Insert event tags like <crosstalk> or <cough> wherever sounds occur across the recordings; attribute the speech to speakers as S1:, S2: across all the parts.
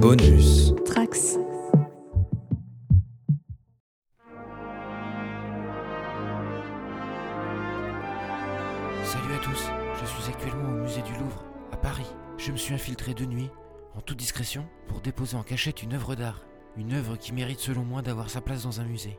S1: Bonus.
S2: Trax.
S3: Salut à tous, je suis actuellement au musée du Louvre, à Paris. Je me suis infiltré de nuit, en toute discrétion, pour déposer en cachette une œuvre d'art. Une œuvre qui mérite selon moi d'avoir sa place dans un musée.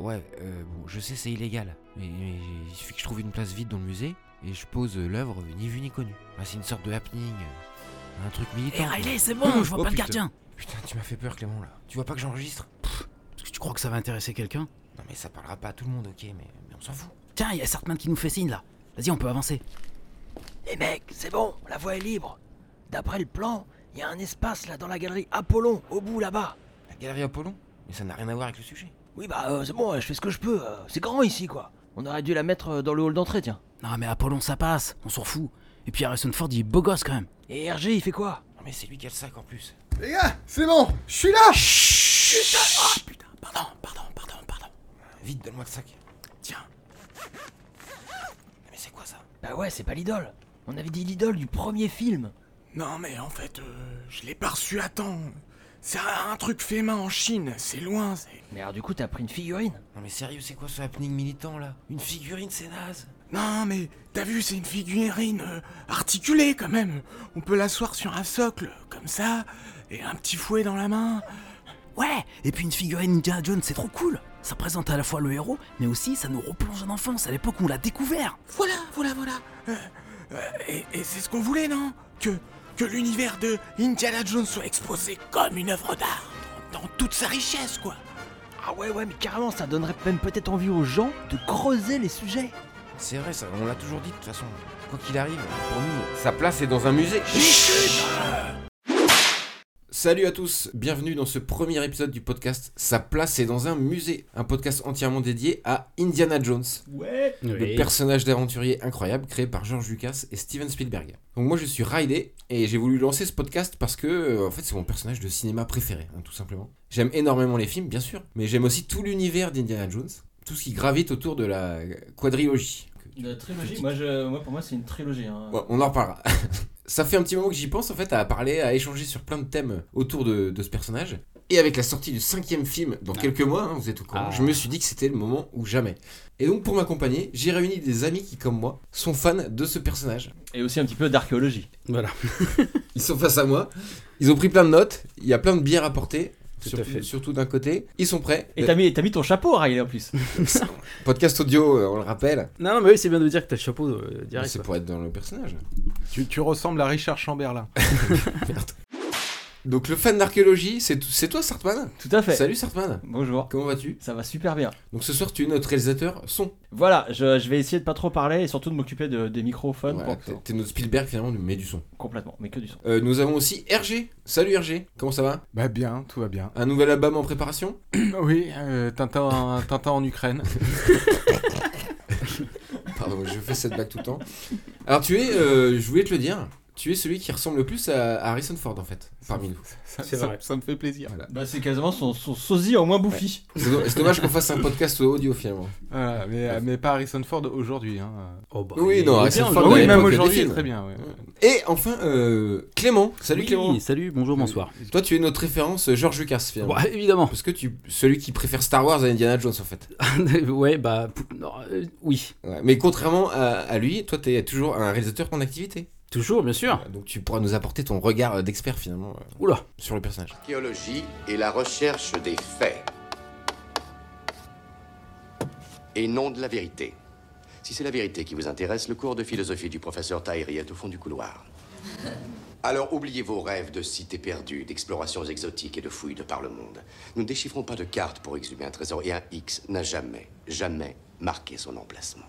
S3: Ouais, euh, bon, je sais c'est illégal, mais, mais il suffit que je trouve une place vide dans le musée et je pose euh, l'œuvre ni vue ni connue. Ah, c'est une sorte de happening, euh, un truc militant.
S4: Eh
S3: quoi.
S4: Riley, c'est bon, je vois
S1: Oh,
S4: pas le
S1: putain.
S4: gardien.
S3: Putain, tu m'as fait peur Clément là. Tu vois pas que j'enregistre
S4: Parce que tu crois que ça va intéresser quelqu'un
S3: Non mais ça parlera pas à tout le monde, ok, mais, mais on s'en fout.
S4: Tiens, il y a Sartman qui nous fait signe là. Vas-y, on peut avancer.
S5: Les mecs, Eh, c'est bon, la voie est libre. D'après le plan, il y a un espace là dans la galerie Apollon, au bout là-bas.
S3: La galerie Apollon Mais ça n'a rien à voir avec le sujet.
S5: Oui, bah euh, c'est bon, je fais ce que je peux. euh, c'est grand ici quoi. On aurait dû la mettre euh, dans le hall d'entrée, tiens.
S4: Non, mais Apollon, ça passe, on s'en fout. Et puis Harrison Ford, il est beau gosse quand même.
S5: Et Hergé, il fait quoi
S3: Non mais c'est lui qui a le sac en plus.
S6: Les gars, c'est bon, je suis là
S4: Pardon, pardon, pardon, pardon.
S3: Vite, donne-moi le sac.
S4: Tiens.
S3: Non mais c'est quoi ça
S5: Bah ouais, c'est pas l'idole. On avait dit l'idole du premier film.
S7: Non mais en fait, euh, je l'ai pas reçu à temps. C'est un, un truc fait main en Chine, c'est loin. c'est-
S5: Mais alors du coup, t'as pris une figurine
S3: Non mais sérieux, c'est quoi ce happening militant là Une figurine, c'est naze
S7: Non mais t'as vu, c'est une figurine euh, articulée quand même. On peut l'asseoir sur un socle, comme ça, et un petit fouet dans la main.
S4: Ouais, et puis une figurine Ninja Jones, c'est trop cool. Ça présente à la fois le héros, mais aussi ça nous replonge en enfance, à l'époque où on l'a découvert.
S7: Voilà, voilà, voilà. Euh, euh, et et c'est ce qu'on voulait, non Que que l'univers de Indiana Jones soit exposé comme une œuvre d'art, dans- dans toute sa richesse, quoi.
S5: Ah ouais, ouais, mais carrément, ça donnerait même peut-être envie aux gens de creuser les sujets.
S3: C'est vrai, ça, on l'a toujours dit de toute façon. Quoi qu'il arrive, pour nous, sa place est dans un musée. Salut à tous, bienvenue dans ce premier épisode du podcast Sa place est dans un musée, un podcast entièrement dédié à Indiana Jones, le personnage d'aventurier incroyable créé par George Lucas et Steven Spielberg. Donc moi je suis Riley et j'ai voulu lancer ce podcast parce que euh, en fait c'est mon personnage de cinéma préféré, hein, tout simplement. J'aime énormément les films, bien sûr, mais j'aime aussi tout l'univers d'Indiana Jones, tout ce qui gravite autour de la quadrilogie.
S8: La trilogie, moi, je, moi pour moi c'est une trilogie. Hein.
S3: Ouais, on en reparlera. <laughs> Ça fait un petit moment que j'y pense en fait à parler, à échanger sur plein de thèmes autour de, de ce personnage. Et avec la sortie du cinquième film dans quelques mois, hein, vous êtes au courant, je me suis dit que c'était le moment ou jamais. Et donc pour m'accompagner, j'ai réuni des amis qui, comme moi, sont fans de ce personnage.
S8: Et aussi un petit peu d'archéologie.
S3: Ils sont face à moi, ils ont pris plein de notes, il y a plein de bières à porter, surtout, surtout d'un côté. Ils sont prêts.
S8: Et t'as mis, t'as mis ton chapeau, Riley, en <laughs> plus.
S3: Podcast audio, euh, on le rappelle,
S9: Non, non, mais oui, c'est bien de dire que t'as le chapeau euh,
S3: Mais
S9: direct.
S3: c'est pour être dans le personnage.
S6: tu, tu ressembles à Richard Chambert là.
S3: Donc le fan d'archéologie, c'est c'est toi Sartman
S8: Tout à fait.
S3: Salut Sartman
S8: Bonjour.
S3: Comment vas-tu
S8: Ça va super bien.
S3: Donc ce soir tu es notre réalisateur son.
S8: Voilà, je, je vais essayer de pas trop parler et surtout de m'occuper de- des microphones
S3: Voilà,
S8: pour-
S3: t'es- T'es notre Spielberg finalement, mais du son.
S8: complètement, mais que du son.
S3: Euh, nous avons aussi RG. Salut RG, comment ça va
S6: Bah bien, tout va bien.
S3: Un nouvel album en préparation <laughs>
S6: oui, euh, Tintin, en- Tintin en Ukraine.
S3: Pardon, je fais cette blague tout le temps. Alors tu es, euh, je voulais te le dire, tu es celui qui ressemble le plus à Harrison Ford en fait, parmi nous.
S6: Ça,
S9: C'est
S6: ça-
S9: vrai.
S6: ça me fait plaisir.
S8: Bah c'est quasiment son, son sosie en moins bouffi.
S3: C'est do- c'est dommage qu'on fasse un podcast audio finalement.
S6: Voilà, mais, euh, mais pas Harrison Ford aujourd'hui. Hein.
S9: Oh, bah,
S3: Oui,
S9: il
S3: non,
S9: est
S3: Harrison
S9: bien,
S3: Ford,
S9: le
S3: oui,
S9: gars.
S6: oui, même
S3: l'époque
S6: aujourd'hui,
S3: des films.
S6: très bien. ouais.
S3: Et enfin, euh, Clément. Salut
S9: Oui,
S3: Clément.
S9: Salut, bonjour, bonsoir.
S3: Toi tu es notre référence euh, George Lucas finalement.
S9: Ouais, évidemment.
S3: Parce que tu, celui qui préfère Star Wars à Indiana Jones en fait.
S9: <laughs> ouais, bah, pou- non, euh, oui.
S3: Ouais, Mais contrairement à, à lui, toi t'es toujours un réalisateur en activité.
S9: Toujours, bien sûr.
S3: Voilà, Donc tu pourras nous apporter ton regard euh, d'expert finalement euh,
S9: Oula.
S3: sur le personnage.
S10: L'archéologie est la recherche des faits et non de la vérité. Si c'est la vérité qui vous intéresse, le cours de philosophie du professeur Tahiri est au fond du couloir. Alors oubliez vos rêves de cités perdues, d'explorations exotiques et de fouilles de par le monde. Nous ne déchiffrons pas de cartes pour exhumer un trésor et un X n'a jamais, jamais marqué son emplacement.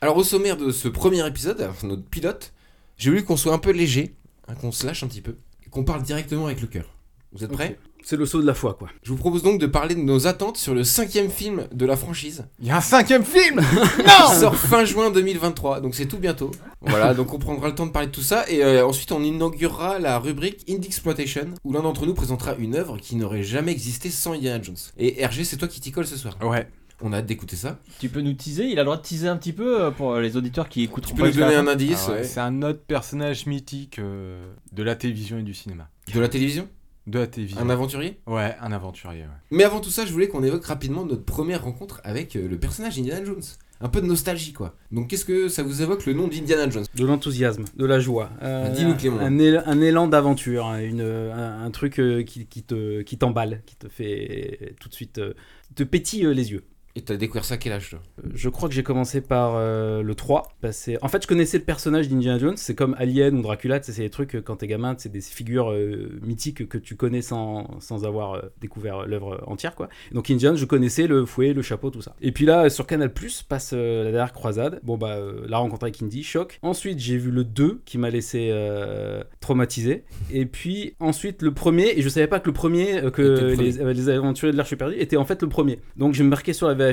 S3: Alors au sommaire de ce premier épisode, enfin, notre pilote, j'ai voulu qu'on soit un peu léger, hein, qu'on se lâche un petit peu, et qu'on parle directement avec le cœur. Vous êtes prêts
S9: C'est le saut de la foi, quoi.
S3: Je vous propose donc de parler de nos attentes sur le cinquième film de la franchise,
S6: Il y a un cinquième film
S3: qui sort fin juin 2023, donc c'est tout bientôt. Voilà, donc on prendra le temps de parler de tout ça, et euh, ensuite on inaugurera la rubrique Indie Exploitation, où l'un d'entre nous présentera une œuvre qui n'aurait jamais existé sans Indiana Jones. Et RG, c'est toi qui t'y colle ce soir.
S6: <laughs> Ouais.
S3: On a hâte d'écouter ça.
S8: Tu peux nous teaser, il a le droit de teaser un petit peu euh, pour euh, les auditeurs qui écoutent.
S3: Tu peux nous donner un indice
S6: Ah ouais,
S3: ouais.
S6: C'est un autre personnage mythique euh, de la télévision et du cinéma.
S3: De la télévision
S6: De la télévision.
S3: Un aventurier
S6: Ouais, un aventurier, ouais.
S3: Mais avant tout ça, je voulais qu'on évoque rapidement notre première rencontre avec euh, le personnage Indiana Jones. Un peu de nostalgie, quoi. Donc, qu'est-ce que ça vous évoque le nom d'Indiana Jones
S9: De l'enthousiasme, de la joie. euh,
S3: Ah, Dis-nous, Clément.
S9: Un, él- un élan d'aventure, hein, une, euh, un, un truc euh, qui, qui te- qui t'emballe, qui, te fait tout de suite. euh, qui te pétille euh, les yeux. Euh,
S3: Et t'as découvert ça à quel âge, toi
S9: Je crois que j'ai commencé par euh, le 3. passé- En fait, je connaissais le personnage d'Indiana Jones. C'est comme Alien ou Dracula. tu sais, C'est des trucs, euh, quand t'es gamin, c'est des figures euh, mythiques que tu connais sans, sans avoir euh, découvert l'œuvre entière. quoi. Donc, Indiana, je connaissais le fouet, le chapeau, tout ça. Et puis là, sur Canal, passe euh, la dernière croisade. Bon, bah, euh, la rencontre avec Indy, choc. Ensuite, j'ai vu le 2 qui m'a laissé euh, traumatisé. Et puis, ensuite, le premier. Et je savais pas que le premier, euh, que
S3: Était le premier.
S9: les, euh, les aventuriers de l'Arche perdue était en fait le premier. Donc je me marquais sur la VHS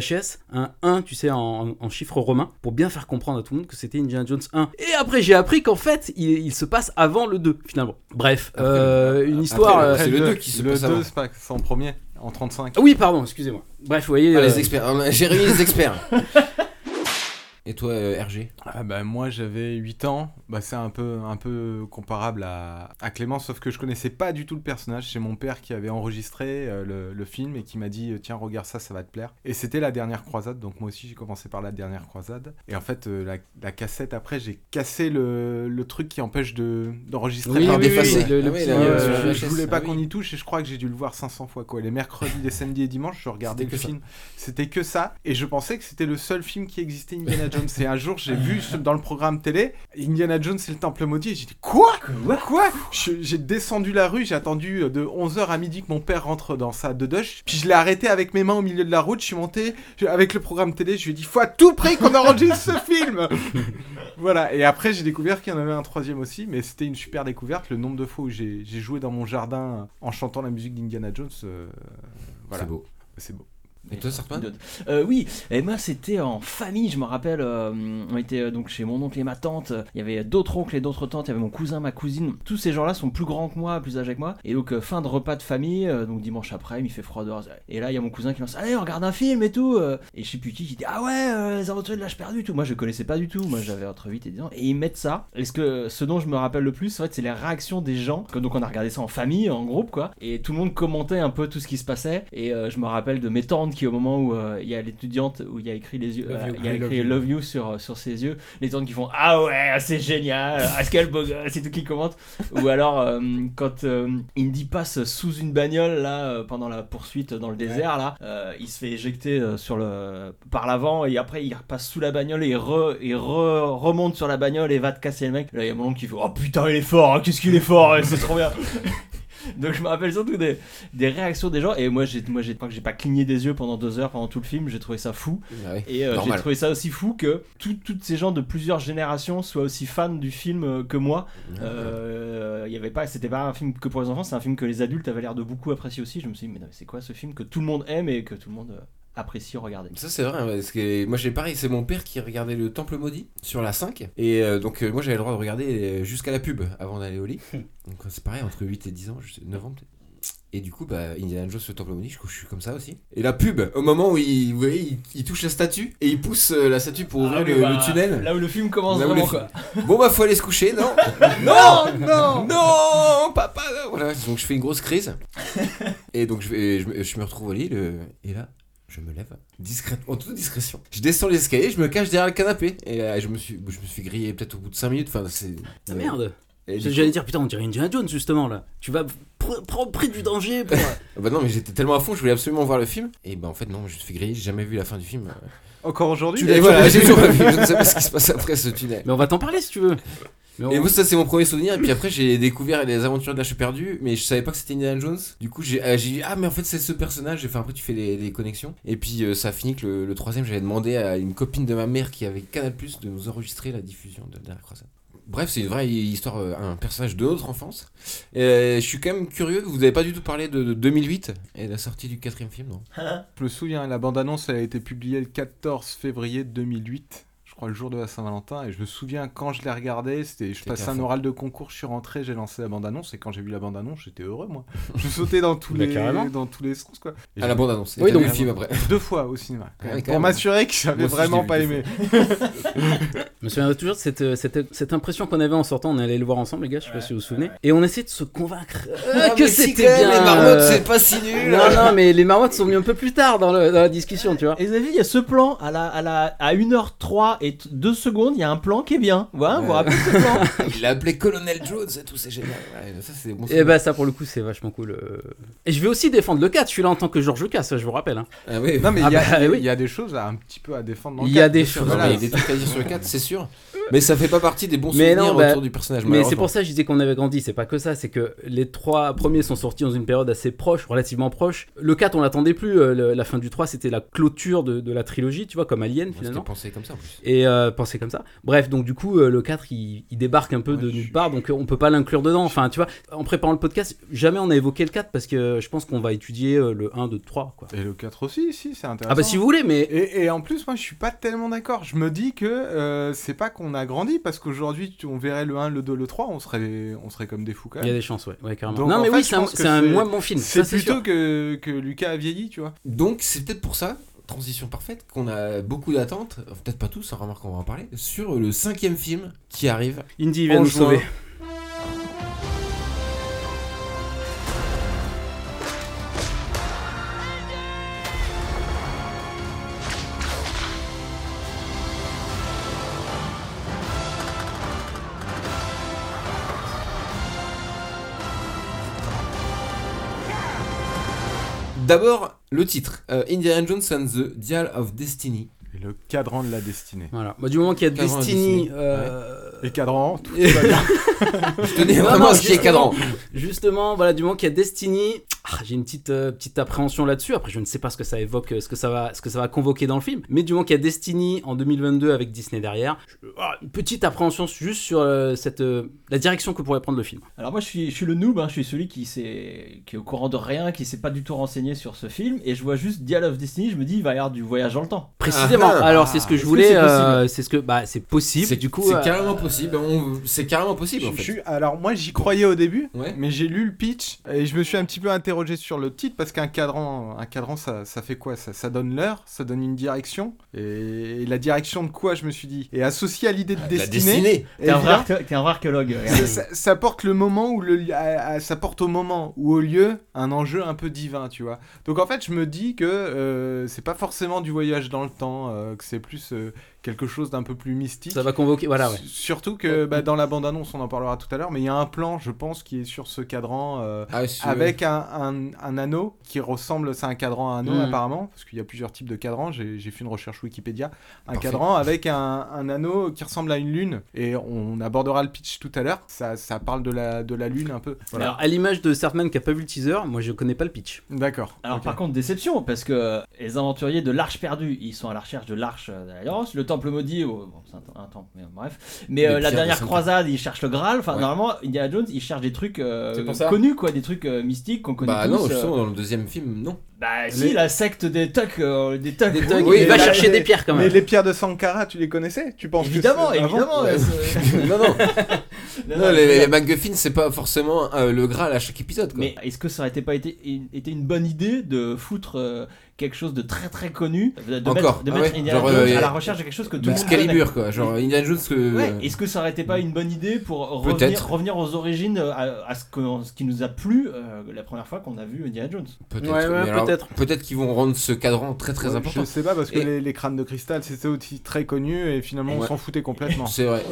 S9: un 1, tu sais, en, en chiffre romain, pour bien faire comprendre à tout le monde que c'était Indiana Jones 1. Et après j'ai appris qu'en fait il, il se passe avant le 2, finalement. Bref,
S3: Après,
S9: euh, une histoire...
S3: après,
S9: euh,
S3: c'est le
S6: deux-
S3: deux qui se
S6: Le
S3: passe avant.
S6: 2, c'est pas c'est en premier, en 35.
S9: ah Oui, pardon, excusez-moi. Bref, vous voyez...
S3: Ah,
S9: euh,
S3: les experts. Ah, J'ai réuni les
S6: <laughs>
S3: experts. Et toi, euh, RG
S6: Ah bah moi j'avais 8 ans, bah c'est un peu, un peu comparable à, à Clément, sauf que je connaissais pas du tout le personnage, c'est mon père qui avait enregistré euh, le, le film et qui m'a dit tiens regarde ça, ça va te plaire. Et c'était la dernière croisade, donc moi aussi j'ai commencé par la dernière croisade. Et en fait euh, la, la cassette après j'ai cassé le, le truc qui empêche de- d'enregistrer
S9: Oui,
S6: par
S9: oui, oui,
S6: déface.
S9: oui, le- le
S3: Ah oui,
S9: petit,
S3: la-
S6: Et,
S9: euh,
S3: sur
S6: euh,
S3: la
S6: je
S3: VHS,
S6: voulais
S3: ah
S6: pas
S3: oui.
S6: qu'on y touche et je crois que j'ai dû le voir 500 fois quoi. Les mercredis, les samedis et dimanches, je regardais
S3: C'était
S6: le
S3: que ça.
S6: film. C'était que ça et je pensais que c'était le seul film qui existait Indiana Jones. Et un jour, j'ai vu ce- dans le programme télé Indiana Jones et le Temple maudit et j'ai dit quoi Quoi Je- J'ai descendu la rue, j'ai attendu euh, de 11h à midi que mon père rentre dans sa dedoche, puis je l'ai arrêté avec mes mains au milieu de la route, je suis monté je- avec le programme télé, je lui ai dit faut à tout prix qu'on enregistre ce film. Voilà, et après j'ai découvert qu'il y en avait un troisième aussi, mais c'était une super découverte. Le nombre de fois où j'ai j'ai joué dans mon jardin en chantant la musique d'Indiana Jones, euh, voilà,
S3: C'est beau.
S6: c'est beau.
S3: Et toi, Sartman
S5: Euh, oui, et moi c'était en famille, je me rappelle. euh, on était euh, donc chez mon oncle et ma tante. Il y avait d'autres oncles et d'autres tantes. Il y avait mon cousin, ma cousine. Tous ces gens-là sont plus grands que moi, plus âgés que moi. Et donc euh, fin de repas de famille, euh, donc dimanche après, il fait froid dehors. Et là il y a mon cousin qui lance allez on regarde un film et tout. euh. et je sais plus qui qui dit ah ouais euh, les aventuriers de l'âge perdu et tout. Moi je connaissais pas du tout. Moi j'avais entre 8 et 10 ans. Et ils mettent ça. Et ce que ce dont je me rappelle le plus, en fait, c'est les réactions des gens. Que- Donc on a regardé ça en famille, en groupe quoi. Et tout le monde commentait un peu tout ce qui se passait. Et euh, je me rappelle de mes tantes qui au moment où euh, il y a l'étudiante où il y a écrit les yeux,
S3: Love
S5: euh,
S3: you.
S5: il y a
S3: I love
S5: écrit
S3: you.
S5: love you sur euh, sur ses yeux. Les tantes qui font ah ouais c'est génial. Ah ce qu'elle beau gosse, c'est tout qui commente. Ou alors euh, quand euh, Indy passe sous une bagnole là euh, pendant la poursuite dans le désert là, euh, il se fait éjecter euh, sur le par l'avant et après il repasse sous la bagnole et il re- il re- remonte sur la bagnole et va te casser le mec. Là il y a mon oncle qui fait oh putain il est fort, hein, qu'est-ce qu'il est fort, hein, c'est trop bien. <laughs> Donc je me rappelle surtout des, des réactions des gens et moi j'ai moi j'ai je crois que j'ai pas cligné des yeux pendant deux heures pendant tout le film, j'ai trouvé ça fou.
S3: Ah ouais.
S5: Et euh, j'ai
S3: Normal.
S5: trouvé ça aussi fou que tout- toutes ces gens de plusieurs générations soient aussi fans du film euh, que moi. Euh, Il y avait pas, c'était pas un film que pour les enfants, c'est un film que les adultes avaient l'air de beaucoup apprécier aussi. Je me suis dit mais, non, mais c'est quoi ce film que tout le monde aime et que tout le monde euh, apprécie regarder.
S3: Ça c'est vrai, parce que moi j'ai pareil, c'est mon père qui regardait le Temple Maudit sur la 5, et euh, donc euh, moi j'avais le droit de regarder euh, jusqu'à la pub avant d'aller au lit.
S5: <laughs>
S3: donc euh, c'est pareil, entre 8 et 10 ans, je sais, 9 ans peut-être. Et du coup, bah, Indiana Jones, le Temple Maudit, je, je suis comme ça aussi. Et la pub, au moment où il, vous voyez, il, il touche la statue, et il pousse euh, la statue pour ouvrir
S5: Ah, mais
S3: le,
S5: bah,
S3: le tunnel.
S5: Là où le film commence
S3: Là où
S5: vraiment
S3: le film-
S5: quoi.
S3: Bon bah faut aller se coucher, non <laughs> Non, non, non, papa. non. Voilà, donc je fais une grosse crise. Et donc je, vais, je, me- je me retrouve au lit, le- et là, je me lève discrètement, en toute discrétion. Je descends les escaliers, je me cache derrière le canapé. Et euh, je, me suis, je me suis grillé peut-être au bout de 5 minutes. Enfin, c'est.
S9: Ah, merde
S3: Et du
S9: J'allais dire, putain, on dirait Indiana Jones justement là. Tu vas pr- prendre pris du danger pour.
S3: coup- bah non, mais j'étais tellement à fond, je voulais absolument voir le film. Et bah en fait, non, je me suis fait griller, j'ai jamais vu la fin du film.
S6: Encore aujourd'hui
S3: Tu l'as voilà, <laughs> j'ai
S6: <laughs>
S3: toujours pas vu, je ne sais pas ce qui se passe après ce tunnel.
S9: <laughs> Mais on va t'en parler si tu veux. Mais on-
S3: Et moi, ça, c'est mon premier souvenir. Et puis après, j'ai découvert les aventures de la perdue, mais je savais pas que c'était Indiana Jones. Du coup, j'ai euh, j'ai dit, ah, mais en fait, c'est ce personnage. Enfin, après, tu fais les, les connexions. Et puis, euh, ça a fini que le, le troisième, j'avais demandé à une copine de ma mère qui avait Canal Plus de nous enregistrer la diffusion de la croisade. Bref, c'est une vraie histoire, euh, un personnage de notre enfance. Euh, je suis quand même curieux, vous n'avez pas du tout parlé de, de 2008 et de la sortie du quatrième film, non
S6: Je me souviens, la bande-annonce elle a été publiée le 14 février 2008. Je crois, le jour de la Saint-Valentin. Et je me souviens quand je l'ai regardé, c'était, je
S3: J'étais
S6: passais
S3: qu'à
S6: un
S3: fond.
S6: oral de concours, je suis rentré, j'ai lancé la bande-annonce. Et quand j'ai vu la bande-annonce, j'étais heureux, moi. <laughs> Je sautais dans tous,
S9: Bah,
S6: les,
S9: carrément.
S6: dans tous les sens, quoi. Et
S3: À
S6: j'ai-
S3: la bande-annonce. Et
S9: Oui,
S3: t'as
S9: donc-
S3: vu le film après.
S6: Deux fois au cinéma. quand
S3: Ouais,
S6: même,
S3: quand
S6: pour
S3: même.
S6: m'assurer que j'avais
S3: Moi aussi, je
S6: vraiment
S3: l'ai
S6: pas
S3: vu
S6: aimé.
S9: Je me souviens toujours de cette, euh, cette, cette impression qu'on avait en sortant. On allait le voir ensemble, les gars, je sais pas si vous vous souvenez. Et on essayait de se <laughs> convaincre
S3: Ah,
S9: euh, que c'était bien.
S3: Les marmottes,
S9: euh,
S3: c'est pas si nul.
S9: Non, non, mais les marottes sont venues un peu plus tard dans, le- dans la discussion, tu vois.
S5: Et vous avez vu, il y a ce plan à la, à la, à 1h03 et 2 secondes, il y a un plan qui est bien. Voilà, vous vous
S3: Ouais.
S5: rappelez ce plan
S3: <laughs> Il l'a appelé Colonel Jones et tout, c'est génial. Ouais, ça, c'est bon.
S9: Et bah, ça pour le coup, c'est vachement cool. euh. Et je vais aussi défendre le 4. Je suis là en tant que Georges Lucas, je vous rappelle. hein.
S3: Ah oui.
S6: Non, mais
S9: Ah
S6: il y a-
S9: bah,
S6: il y, a-
S9: oui.
S6: il y a des choses à, un petit peu à défendre. dans le
S9: Il y a
S6: cadre,
S9: des
S6: bien sûr,
S9: choses.
S3: Non,
S6: voilà.
S3: mais il y a des trucs à dire sur le 4, c'est sûr. Mais ça fait pas partie des bons
S9: Mais
S3: souvenirs
S9: non, bah,
S3: autour du
S6: Ah,
S3: personnage.
S9: Mais c'est pour ça que je disais qu'on avait grandi, c'est pas que ça, c'est que les trois premiers sont sortis dans une période assez proche, relativement proche. Le 4, on l'attendait plus, euh, le- la fin du 3, c'était la clôture de, de la trilogie, tu vois, comme Alien
S3: C'était
S9: finalement.
S3: pensé comme ça en plus.
S9: Et euh, penser comme ça. Bref, donc du coup, euh, le 4, il, il débarque un peu de
S6: Ouais, je-
S9: nulle part, donc euh, on peut pas l'inclure dedans. Enfin, tu vois, en préparant le podcast, jamais on a évoqué le 4 parce que euh, je pense qu'on va étudier euh, le 1, 2, 3, quoi.
S6: Et le 4 aussi, si, c'est intéressant.
S9: Ah bah si vous voulez, mais
S6: Et, et en plus, moi, je suis pas tellement d'accord. Je me dis que euh, c'est pas qu'on a grandi, parce qu'aujourd'hui, tu- on verrait le 1, le 2, le 3, on serait, on serait comme des fous quand
S9: il y a
S6: même.
S9: des chances, ouais, ouais carrément.
S6: Donc,
S9: non,
S6: en
S9: mais
S6: fait,
S9: oui,
S6: je
S9: c'est un,
S6: pense que
S9: c'est un
S6: c'est-
S9: moins bon film.
S6: C'est
S9: ça,
S6: plutôt
S9: sûr.
S6: que, que Lucas a vieilli, tu vois.
S3: Donc c'est peut-être pour ça, transition parfaite, qu'on a beaucoup d'attentes, euh, peut-être pas tous, on remarque on va en parler, sur le cinquième film qui arrive.
S9: Indy vient
S3: en
S9: nous
S3: juin.
S9: sauver.
S3: D'abord, le titre euh, Indiana Jones and the Dial of Destiny.
S6: Et le cadran de la destinée.
S9: Voilà. Bah, du moment qu'il y a
S3: Cadran à
S9: Destiny,
S3: Disney.
S9: euh,
S6: Et cadran,
S9: <laughs>
S6: tout
S9: Et-
S6: va bien.
S3: Je tenais
S9: Non,
S3: vraiment
S9: non,
S3: à ce qui est
S9: justement.
S3: cadran.
S9: Justement, voilà, du moment qu'il y a Destiny, ah, j'ai une petite, euh, petite appréhension là-dessus. Après, je ne sais pas ce que ça évoque, euh, ce que ça va, ce que ça va convoquer dans le film. Mais du moment qu'il y a Destiny en 2022 avec Disney derrière, je- ah, une petite appréhension juste sur euh, cette, euh, la direction que pourrait prendre le film.
S5: <laughs> Alors moi je suis, je suis le noob, hein, je suis celui qui, sait, qui est au courant de rien, qui s'est pas du tout renseigné sur ce film, et je vois juste Dial of Destiny, je me dis il va y avoir du voyage dans le temps.
S3: Ah,
S9: Précisément.
S3: ah.
S9: Alors, c'est ce que je
S5: Est-ce que
S9: voulais.
S5: c'est possible
S9: euh, C'est ce que, bah, c'est possible.
S3: C'est
S9: du coup,
S3: c'est
S9: euh,
S3: carrément possible. on- C'est carrément possible en
S6: Je-
S3: fait.
S6: je- alors moi j'y croyais au début,
S3: Ouais.
S6: mais j'ai lu le pitch et je me suis un petit peu interrogé sur le titre parce qu'un cadran, un cadran ça, ça fait quoi ça, ça donne l'heure, ça donne une direction et la direction de quoi je me suis dit. Et associé à l'idée de
S3: La
S6: destinée,
S3: destinée.
S5: T'es un, vrai
S6: évidemment,
S5: arché- t'es un
S3: <laughs>
S5: vrai archéologue.
S6: ah, ça, ça- ça porte le moment où le li- à- à- ça porte au moment ou au lieu un enjeu un peu divin, tu vois. Donc en fait, je me dis que euh, c'est pas forcément du voyage dans le temps, euh, que c'est plus euh, quelque chose d'un peu plus mystique.
S9: ça va convoquer. Voilà. Ouais.
S6: S- Surtout que bah, dans la bande-annonce, on en parlera tout à l'heure, mais il y a un plan, je pense, qui est sur ce cadran euh,
S3: Ah, c'est-
S9: bah,
S6: avec un, un- un anneau qui ressemble, c'est un cadran à anneau
S9: Mhm.
S6: apparemment, parce qu'il y a plusieurs types de cadrans. J'ai j'ai fait une recherche Wikipédia, un
S3: Parfait.
S6: cadran avec un, un anneau qui ressemble à une lune, et on abordera le pitch tout à l'heure. Ça, ça parle de la, de la lune un peu.
S3: Ah.
S6: Voilà.
S9: Alors, à l'image de Startman qui a pas vu le teaser, moi, je connais pas le pitch.
S6: D'accord.
S5: Alors
S6: Ok.
S5: par contre déception parce que euh, les aventuriers de l'arche perdue ils sont à la recherche de l'arche euh, de l'alliance, le temple maudit oh, bon, c'est un, tem- un temple mais euh, bref, mais
S3: Les
S5: euh, la
S3: pierres de
S5: dernière
S3: Sainte-
S5: croisade ils cherchent le Graal, enfin
S3: Ouais.
S5: normalement Indiana Jones il cherche des trucs euh,
S3: C'est pour ça.
S5: connus quoi, des trucs euh, mystiques qu'on connaît
S3: Bah
S5: tous.
S3: non,
S5: euh,
S3: justement, dans le deuxième film, non.
S5: bah si
S6: Les-
S5: la secte des tucks, euh, des tucks.
S9: Des thugs,
S3: oui,
S9: il va
S6: mais-
S9: chercher
S6: mais-
S9: des pierres quand
S6: Mais
S9: même.
S6: les pierres de Sankara, tu les connaissais Tu penses que
S5: Évidemment,
S6: c'est- avant
S5: évidemment.
S3: <laughs>
S5: ouais, c'est-
S3: non, non. Non,
S5: Non, non,
S3: les,
S5: mais-
S3: les MacGuffin, c'est pas forcément euh, le Graal à chaque épisode. Quoi.
S5: Mais est-ce que ça aurait été pas été, été une bonne idée de foutre euh, quelque chose de très très connu, de, de
S3: Encore,
S5: mettre, de
S3: ah
S5: mettre
S3: ouais,
S5: Indiana
S3: genre,
S5: Jones
S3: euh,
S5: à la recherche de quelque chose que tout le monde connaît
S3: Excalibur, quoi. Genre Indiana Jones. euh, Que...
S5: Ouais, est-ce que ça aurait été pas une bonne idée pour
S3: Peut-être.
S5: revenir, revenir aux origines, euh, à, à ce, que- ce qui nous a plu euh, la première fois qu'on a vu Indiana Jones
S3: Peut-être.
S9: Ouais, ouais,
S3: mais alors,
S9: peut-être.
S3: peut-être qu'ils vont rendre ce cadran très très
S6: Ouais,
S3: important.
S6: Je sais pas parce que
S3: Et-
S6: les, les crânes de cristal c'était aussi très connu et finalement on
S3: Ouais.
S6: s'en foutait complètement.
S3: C'est vrai.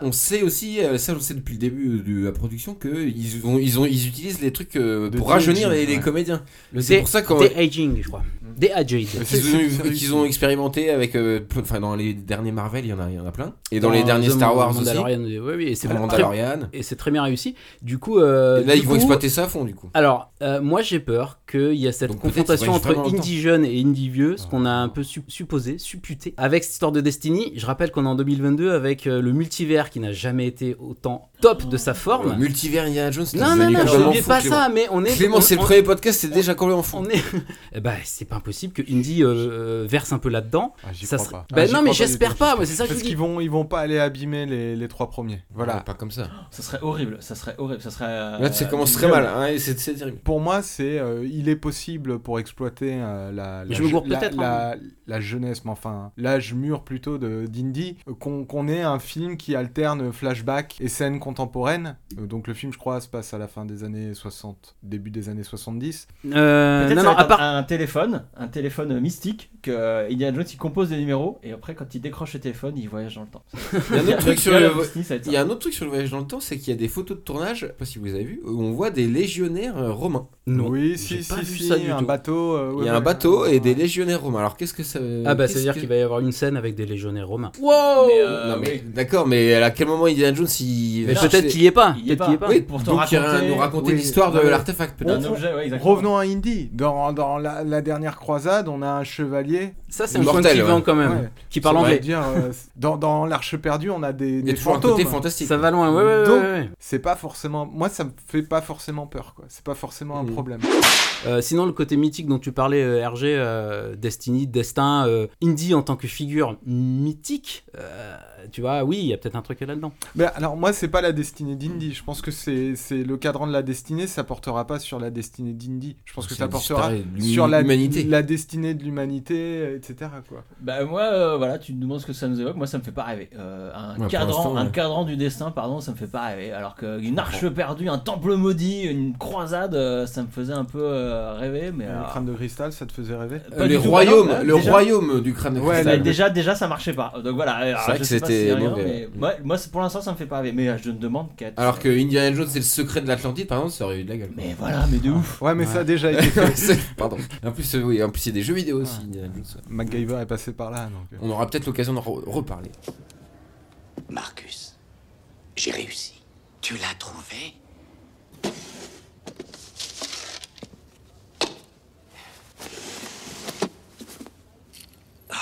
S3: On sait aussi, euh, ça je le sais depuis le début de la production, qu'ils ont, ils ont, ils utilisent les trucs euh,
S6: De
S3: pour rajeunir
S6: TNG,
S3: les, les
S6: ouais.
S3: comédiens.
S9: Le
S3: C'est
S9: dé-
S3: pour ça qu'on-
S9: dé-aging, je crois.
S3: Mm.
S9: Dé-aging.
S3: qu'ils
S6: C'est-
S3: ont,
S6: c'est-
S3: qu'ils ont expérimenté avec. euh, peu- Enfin, dans les derniers Marvel, il y en a, il y en a plein. Et dans
S9: Dans
S3: les derniers
S9: The
S3: Star Wars aussi.
S9: Mandalorian, oui, oui, et c'est
S3: Le
S9: très-
S3: Mandalorian.
S9: et c'est très bien réussi. Du coup, euh,
S3: Et là,
S9: du
S3: ils vont
S9: coup,
S3: exploiter ça à fond, du coup.
S9: Alors, euh, moi j'ai peur qu'il y a cette
S3: Donc peut-être
S9: confrontation
S3: qu'il faudrait
S9: entre
S3: vraiment le temps.
S9: indie jeune et indie vieux, ce qu'on a un
S3: Ah.
S9: peu sup- supposé, supputé, avec cette histoire de Destiny. Je rappelle qu'on est en 2022 avec euh, le multivers qui n'a jamais été autant top de sa
S3: Le
S9: forme.
S3: Euh, multivers Indiana Jones, t'es
S9: Non,
S3: devenu
S9: non, non, je
S3: complètement
S9: n'oubliais
S3: fou,
S9: pas
S3: Clément.
S9: ça, mais on est.
S3: Clément,
S9: on-
S3: c'est le
S9: on-
S3: premier podcast, c'est déjà complètement fou.
S9: on est... <laughs> Eh ben, c'est pas impossible que Indie euh, verse un peu là-dedans.
S6: Ah, j'y
S9: Ça
S6: crois
S9: serait-
S6: pas.
S9: Ben
S6: Ah, j'y
S9: non, mais
S6: crois pas du
S9: j'espère
S6: tout.
S9: pas. Moi, c'est ça que je
S6: Parce
S9: vous dis.
S6: qu'ils vont, ils vont pas aller abîmer les, les trois premiers. Voilà.
S3: Voilà, pas comme ça.
S5: Ça serait horrible, ça serait horrible, ça serait. euh,
S3: Là, ça commence très
S5: viol.
S3: mal, hein, et c'est c'est terrible.
S6: Pour moi, c'est euh, il est possible pour exploiter euh, la, la,
S9: Je me gourre
S6: la-
S9: peut-être,
S6: la-
S3: hein.
S6: la jeunesse, mais enfin l'âge mûr plutôt de d'indie, euh, qu'on qu'on ait un film qui alterne flashback et scènes contemporaines. Euh, donc le film, je crois, se passe à la fin des années 60, début des années 70.
S9: Euh,
S5: Peut-être
S9: non,
S5: ça
S9: non,
S5: va
S9: à
S5: être
S9: part.
S5: un, un téléphone, un téléphone mystique que euh, Indiana Jones il compose des numéros et après quand il décroche le téléphone il voyage dans le temps.
S3: Il y a un
S5: <laughs>
S3: autre truc sur
S5: le
S3: le.
S5: Disney, ça va être
S3: Il y
S5: ça.
S3: a un autre truc sur le voyage dans le temps, c'est qu'il y a des photos de tournage, je sais pas si vous avez vu, où on voit des légionnaires euh, romains.
S9: Non.
S6: oui,
S9: j'ai
S6: si,
S9: pas
S6: si,
S9: vu
S6: si,
S9: ça du
S6: un
S9: tout.
S6: bateau. euh,
S3: Il
S6: ouais,
S3: y a un
S6: ouais,
S3: bateau
S6: ouais,
S3: et des
S6: ouais.
S3: légionnaires romains. Alors qu'est-ce que ça
S9: Ah, bah,
S3: qu'est-ce
S9: c'est-à-dire
S3: que-
S9: qu'il va y avoir une scène avec des légionnaires romains.
S3: Wow
S5: Mais, euh,
S3: Non, mais
S5: oui.
S3: d'accord, mais à quel moment Indiana Jones il.
S9: Mais
S3: va
S9: peut-être
S3: chercher-
S9: qu'il y est pas.
S5: Il y est
S9: Peut-être qu'il y est
S5: pas.
S9: pas.
S3: Oui,
S5: pour te
S3: donc il va
S5: raconter-
S3: nous raconter
S6: oui,
S3: l'histoire de
S6: non, mais-
S3: l'artefact,
S5: D'un
S3: peut-être.
S5: objet, ouais, exactement.
S6: Revenons à Indy. Dans, dans la, la dernière croisade, on a un chevalier.
S9: Ça, c'est un point
S3: Mortel,
S9: qui vend
S3: ouais.
S9: quand même.
S6: Ouais.
S9: Qui parle
S6: On va
S9: anglais.
S6: dire, euh, dans dans l'Arche perdue, on a des,
S3: Il y a
S6: des
S3: toujours un côté
S6: fantômes.
S3: fantastique.
S9: Ça va loin, ouais, ouais, ouais,
S6: Donc-
S9: ouais, ouais.
S6: C'est pas forcément. Moi, ça me fait pas forcément peur, quoi. C'est pas forcément un
S3: Mhm.
S6: problème.
S9: Euh, sinon, le côté mythique dont tu parlais, euh, RG, euh, Destiny, Destin, euh, Indy en tant que figure mythique, euh, tu vois, oui, il y a peut-être un truc là-dedans.
S6: Mais alors, moi, c'est pas la destinée d'Indy. Je pense que c'est c'est le cadran de la destinée. Ça portera pas sur la destinée d'Indy. Je pense que ça portera sur la,
S3: l'humanité.
S6: la destinée de l'humanité, euh, etc. Quoi.
S5: Bah moi euh, voilà tu me demandes ce que ça nous évoque moi ça me fait pas rêver Euh, un
S3: Ouais, pour
S5: cadran
S3: l'instant,
S5: un
S3: ouais.
S5: cadran du destin pardon ça me fait pas rêver alors qu'une arche
S3: comprends.
S5: perdue un temple maudit une croisade euh, ça me faisait un peu euh, rêver mais
S6: Le
S5: alors,
S6: crâne de cristal, ça te faisait rêver
S5: pas
S3: Euh,
S5: du
S3: Les
S5: tout.
S3: royaumes,
S5: Bah non,
S3: le
S5: déjà-
S3: royaume du crâne de
S6: Ouais,
S5: Mais
S3: cristal.
S5: déjà, déjà, ça marchait pas. Donc voilà. alors,
S3: C'est vrai
S5: je
S3: que
S5: sais pas
S3: c'était
S5: si c'est rien,
S3: mauvais.
S5: mais moi, moi, c'est- pour l'instant, ça me fait pas rêver. Mais euh, je ne demande qu'à. être-
S3: Alors que Indiana Jones, c'est le secret de l'Atlantide, par exemple, ça aurait eu de la gueule.
S5: Mais voilà, mais de ouf.
S6: Ouais, mais
S9: Ouais.
S6: ça a déjà été fait.
S3: <laughs> C'est- Pardon. En plus, euh, oui, en plus, il y a des jeux vidéo aussi, Indiana Jones.
S6: MacGyver est passé par là, donc. euh.
S3: On aura peut-être l'occasion d'en re- reparler.
S10: Marcus, j'ai réussi.
S7: Tu l'as trouvé
S10: Ah.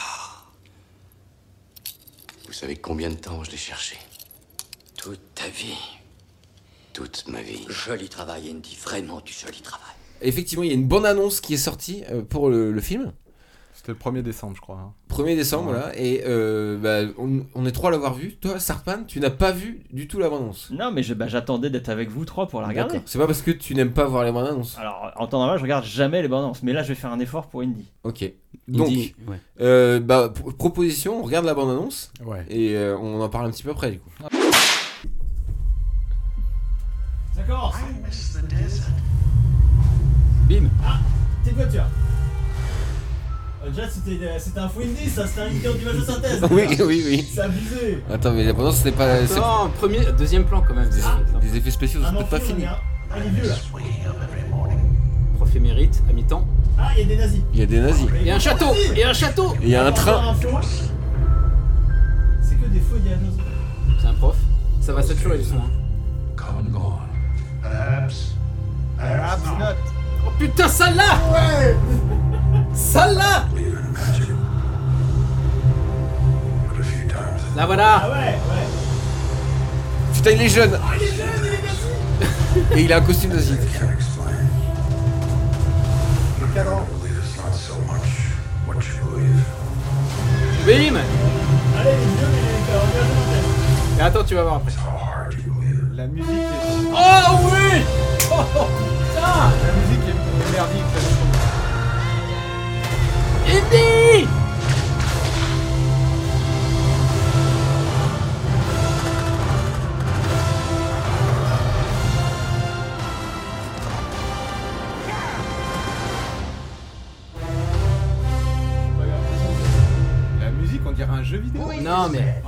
S10: Vous savez combien de temps je l'ai cherché
S7: Toute ta vie.
S10: Toute ma vie.
S7: Joli travail, Andy. Vraiment du joli travail.
S3: Effectivement, il y a une bonne annonce qui est sortie euh, pour le, le film.
S6: C'était le 1er décembre, je crois. hein.
S3: 1er décembre,
S6: Ouais.
S3: là. Et euh, bah, on, on est trois à l'avoir vu. Toi, Sarpan, tu n'as pas vu du tout la bande annonce.
S5: Non, mais je- bah, j'attendais d'être avec vous trois pour la regarder.
S3: C'est pas parce que tu n'aimes pas voir les bandes annonces.
S5: Alors, en temps normal, je regarde jamais les bandes annonces. Mais là, je vais faire un effort pour Indy.
S3: Ok. Donc,
S9: Indy, ouais.
S3: euh, bah, pro- proposition, on regarde la bande annonce
S6: Ouais.
S3: et euh, on en parle un petit peu après, du coup.
S5: Ça commence.
S9: Bim.
S5: Petite voiture. Euh, déjà, c'était un fou Indy, ça, c'était un indicateur d'image de synthèse.
S3: Oui, oui, oui.
S5: C'est abusé.
S3: Attends, mais la bande annonce, c'était pas. c'est-
S9: Non, premier, deuxième plan quand même. Des,
S3: Les effets spéciaux, c'est
S5: Ah
S3: peut-être pas fini.
S5: il est vieux là.
S9: profs émérites à mi-temps.
S5: Ah, il y a des nazis.
S3: Il y a des nazis.
S9: Et un château Et un château
S3: Et il y a un train.
S5: C'est que des faux diagnostics.
S9: C'est un prof. Ça va saturer le son. hein. Oh putain, ça là Ça là Là voilà
S5: Ah,
S3: Putain, il est jeune Et il a un costume nazi.
S9: Bim Et attends, tu vas voir après.
S6: La musique est,
S9: Oh oui Oh, oh,
S6: la musique est merdique. ça
S9: Indy
S6: me- La musique, on dirait un jeu vidéo.
S9: Non mais.